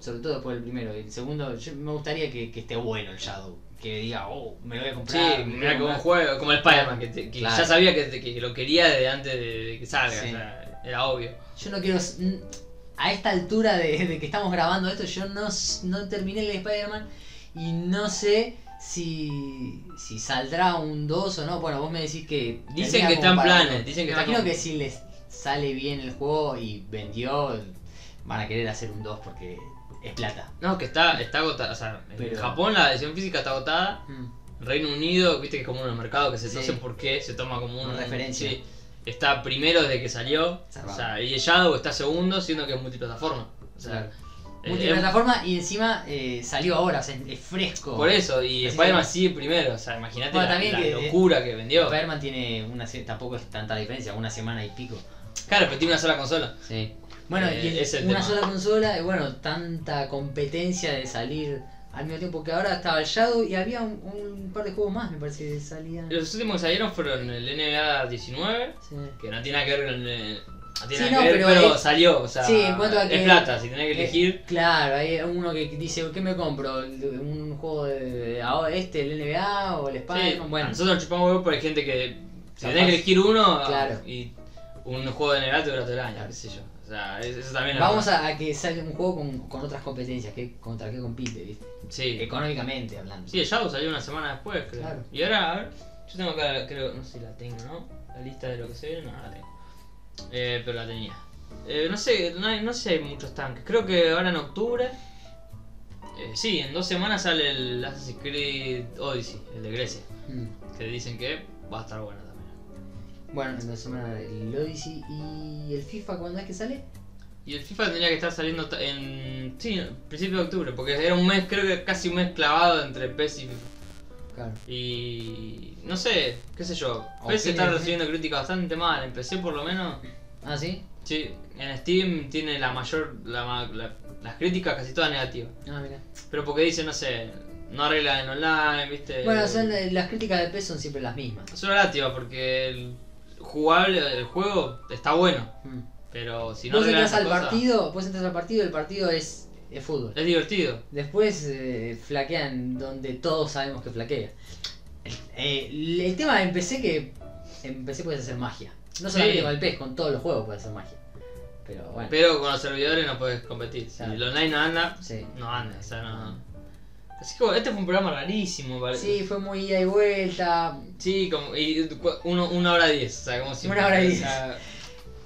Sobre todo después del primero. El segundo, yo- me gustaría que, que esté bueno el Shadow. Que diga, oh, me lo voy a sí, comprar. me lo voy a mira que un comprar. juego, como el Spider-Man, que, te- que Claro. ya sabía que, te- que lo quería desde antes de, de que salga, Sí. o sea, era obvio. Yo no quiero. s- n- A esta altura de, de que estamos grabando esto, yo no, s- no terminé el Spider-Man y no sé si, si saldrá un 2 o no. Bueno, vos me decís que. Dicen tenía que como está en para- planes, dicen que me está imagino como- que si les sale bien el juego y vendió, van a querer hacer un 2 porque es plata. No, que está, está agotada, o sea, en Pero- Japón la edición física está agotada, en Reino Unido, viste que es como un mercado que se Sí. no sé por qué, se toma como Una un- referencia. sí. está primero desde que salió, Zarpado. o sea, y el Shadow está segundo, siendo que es multiplataforma. O sea, Claro. Eh, Multiplataforma y encima eh, salió ahora, o sea, es fresco. Por eso, y Así Spider-Man que- sigue primero, o sea, imagínate Bueno, la, también la que- locura que vendió. Spider-Man tiene una. se- tampoco es tanta la diferencia, una semana y pico. Claro, pero tiene una sola consola. Sí. Bueno, Eh, y el- es el una tema. sola consola, y bueno, tanta competencia de salir al mismo tiempo que ahora estaba el Shadow y había un, un par de juegos más, me parece, que salían. Los últimos que salieron fueron el NBA 19, Sí. que no tiene nada que ver con el. No tiene Sí, nada no, que ver, pero pero, es- salió, o sea, sí, en cuanto a que- es plata, si tenés que elegir. Eh, claro, hay uno que dice, ¿qué me compro? ¿Un juego de, de ahora este, el NBA o el sí, ah, Spider-Man? bueno, nosotros chupamos huevo porque hay gente que. Si Capaz. tenés que elegir uno, Claro. y un juego de NBA te dura todo el año, qué sé yo. O sea, es- eso también es vamos verdad. a, a que salga un juego con, con otras competencias, que contra qué compite, ¿viste? Sí. Económicamente hablando. Sí, el Shadow salió una semana después, creo. Claro. Y ahora, a ver, yo tengo acá, creo, no sé si la tengo, ¿no? La lista de lo que se viene, no la tengo. Eh, pero la tenía. Eh, no sé, no, hay- no sé si hay muchos tanques. Creo que ahora en octubre. eh, sí, en dos semanas sale el Assassin's Creed Odyssey, el de Grecia. Mm. Que dicen que va a estar bueno también. Bueno, en la semana el Odyssey y el FIFA, ¿cuándo es que sale? Y el FIFA tendría que estar saliendo ta- en. Sí, principio de octubre, porque era un mes, creo que casi un mes clavado entre PES y FIFA. Claro. Y no sé, qué sé yo. Ok, PES está ok. recibiendo críticas bastante mal. Empecé por lo menos. Ah, sí. Sí, en Steam tiene la mayor. La, ma- la- las críticas casi todas negativas. Ah, mira. Pero porque dice, no sé, no arregla en online, viste. Bueno, son, eh, las críticas de PES son siempre las mismas. Es una lástima porque el jugable, el juego está bueno. Pero si Mm. no vos arreglan entras al esas cosas, partido, vos entras al partido, el partido es, es fútbol. Es divertido. Después eh, flaquean donde todos sabemos que flaquea. El, eh, el- el tema empecé que empecé puedes hacer magia. No solamente Sí. con el PES, con todos los juegos puedes hacer magia. Pero bueno. Pero con los servidores no puedes competir. Si Claro. el online no anda, sí. no anda. O sea, no. Así que bueno, este fue un programa rarísimo, parece. Sí, fue muy ida y vuelta. Sí, como y, cu- uno, una hora diez, o sea, como siempre. Una hora o diez. sea,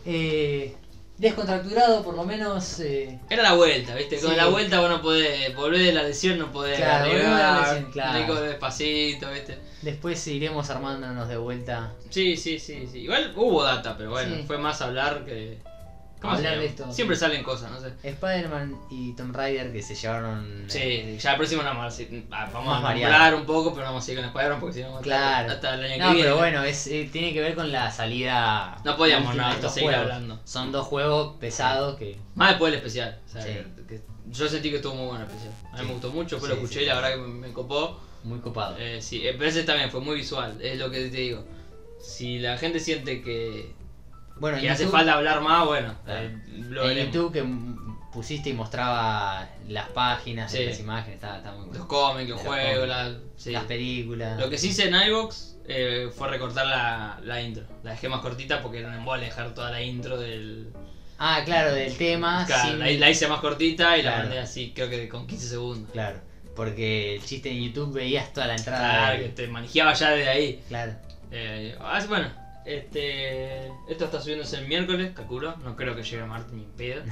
Eh, descontracturado, por lo menos. eh, Era la vuelta, ¿viste? Con Sí. la vuelta vos no podés volver de la lesión, no podés Claro, volver de la arribar, lesión, claro. tenés que volver despacito, ¿viste? después iremos armándonos de vuelta. Sí, sí, sí, sí. Igual hubo data, pero bueno, Sí. fue más hablar que... se Hablar llama? de esto. Siempre salen cosas, no sé. Spider-Man y Tomb Raider que se llevaron. eh, Sí, ya el próximo no vamos a decir- ah, vamos Más a variado. hablar un poco, pero no vamos a ir con Spider-Man porque si no vamos a estar Claro. hasta el año No, que viene. pero bueno, es, eh, tiene que ver con la salida. No podíamos última no, de estos seguir juegos. hablando. Son dos juegos pesados que. Más después del especial. o sea, Sí. que- que- yo sentí que estuvo muy bueno el especial. A mí Sí. me gustó mucho, después Sí, lo escuché sí, y la sí. verdad que me, me copó. Muy copados. Eh, sí, eh, pero ese también fue muy visual, es lo que te digo. Si la gente siente que, bueno, que en hace YouTube- falta hablar más, bueno, Claro. eh, lo En veremos. YouTube que mm, pusiste y mostraba las páginas, Sí. las imágenes, está, está muy bueno. Los cómics, los Los juegos, cómics. la- sí. Las películas. Lo que sí hice en iVox eh, fue recortar la, la intro. La dejé más cortita porque era un embole dejar toda la intro del... Ah, claro, del tema. Claro, sin- la, la hice más cortita y la Claro. mandé así, creo que con 15 segundos. Claro, porque el chiste en YouTube veías toda la entrada. Claro, del- que te manejaba ya desde ahí. claro. Eh, ah, bueno, este, esto está subiéndose el miércoles, calculo. No creo que llegue a martes ni en pedo.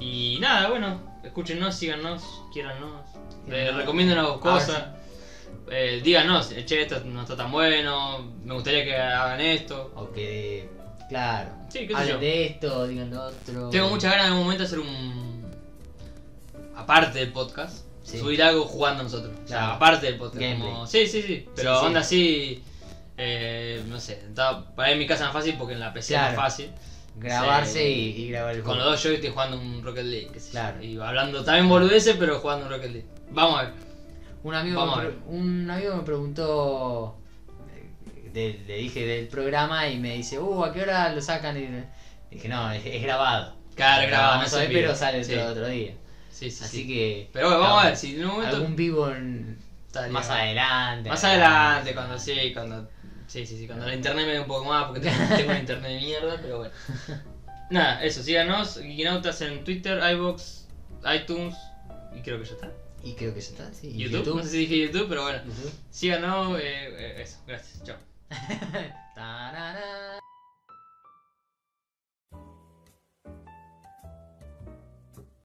y nada, bueno, escúchenos, síganos, quiérannos. Eh, Quiérannos. recomiéndenos Ahora cosas. Eh, díganos, eh, che, esto no está tan bueno, me gustaría que hagan esto. O que. Claro. Sí, qué sé yo. Hablen de esto, digan lo otro. Tengo muchas ganas en un momento de hacer un... Aparte del podcast, Sí. subir algo jugando nosotros. O sea, Claro. aparte del podcast. Gameplay. como- Sí, sí, sí. Pero Sí, sí. onda así... eh, no sé, está- para mí en mi casa es más fácil porque en la PC es Claro. más fácil. Grabarse Sí. y, y grabar el Con los juego. dos joysticks jugando un Rocket League. qué sé yo. Claro. Y hablando también boludeces, pero jugando un Rocket League. Vamos a ver. Un amigo, Vamos me a pre- un amigo me preguntó. eh, de- le dije del programa y me dice, uh, ¿a qué hora lo sacan? Y dije, no, es, es grabado. Claro, grabado, no Grabamos sé. hoy, pero sale sí. otro, otro día. Sí, sí, Así sí. que. Pero bueno, vamos a claro, ver si en un momento. Algún vivo en- estaría- más adelante. Más adelante, cuando sí, cuando. Sí, sí, sí, cuando la internet me dé un poco más, porque tengo, tengo un internet de mierda, pero bueno. Nada, eso, síganos, Geekinautas en Twitter, iBox, iTunes, y creo que ya está. Y creo que ya está, sí. y YouTube, no sé si dije YouTube, pero bueno. YouTube. Síganos, eh, eh, eso, gracias, chao. Ta-ra-ra.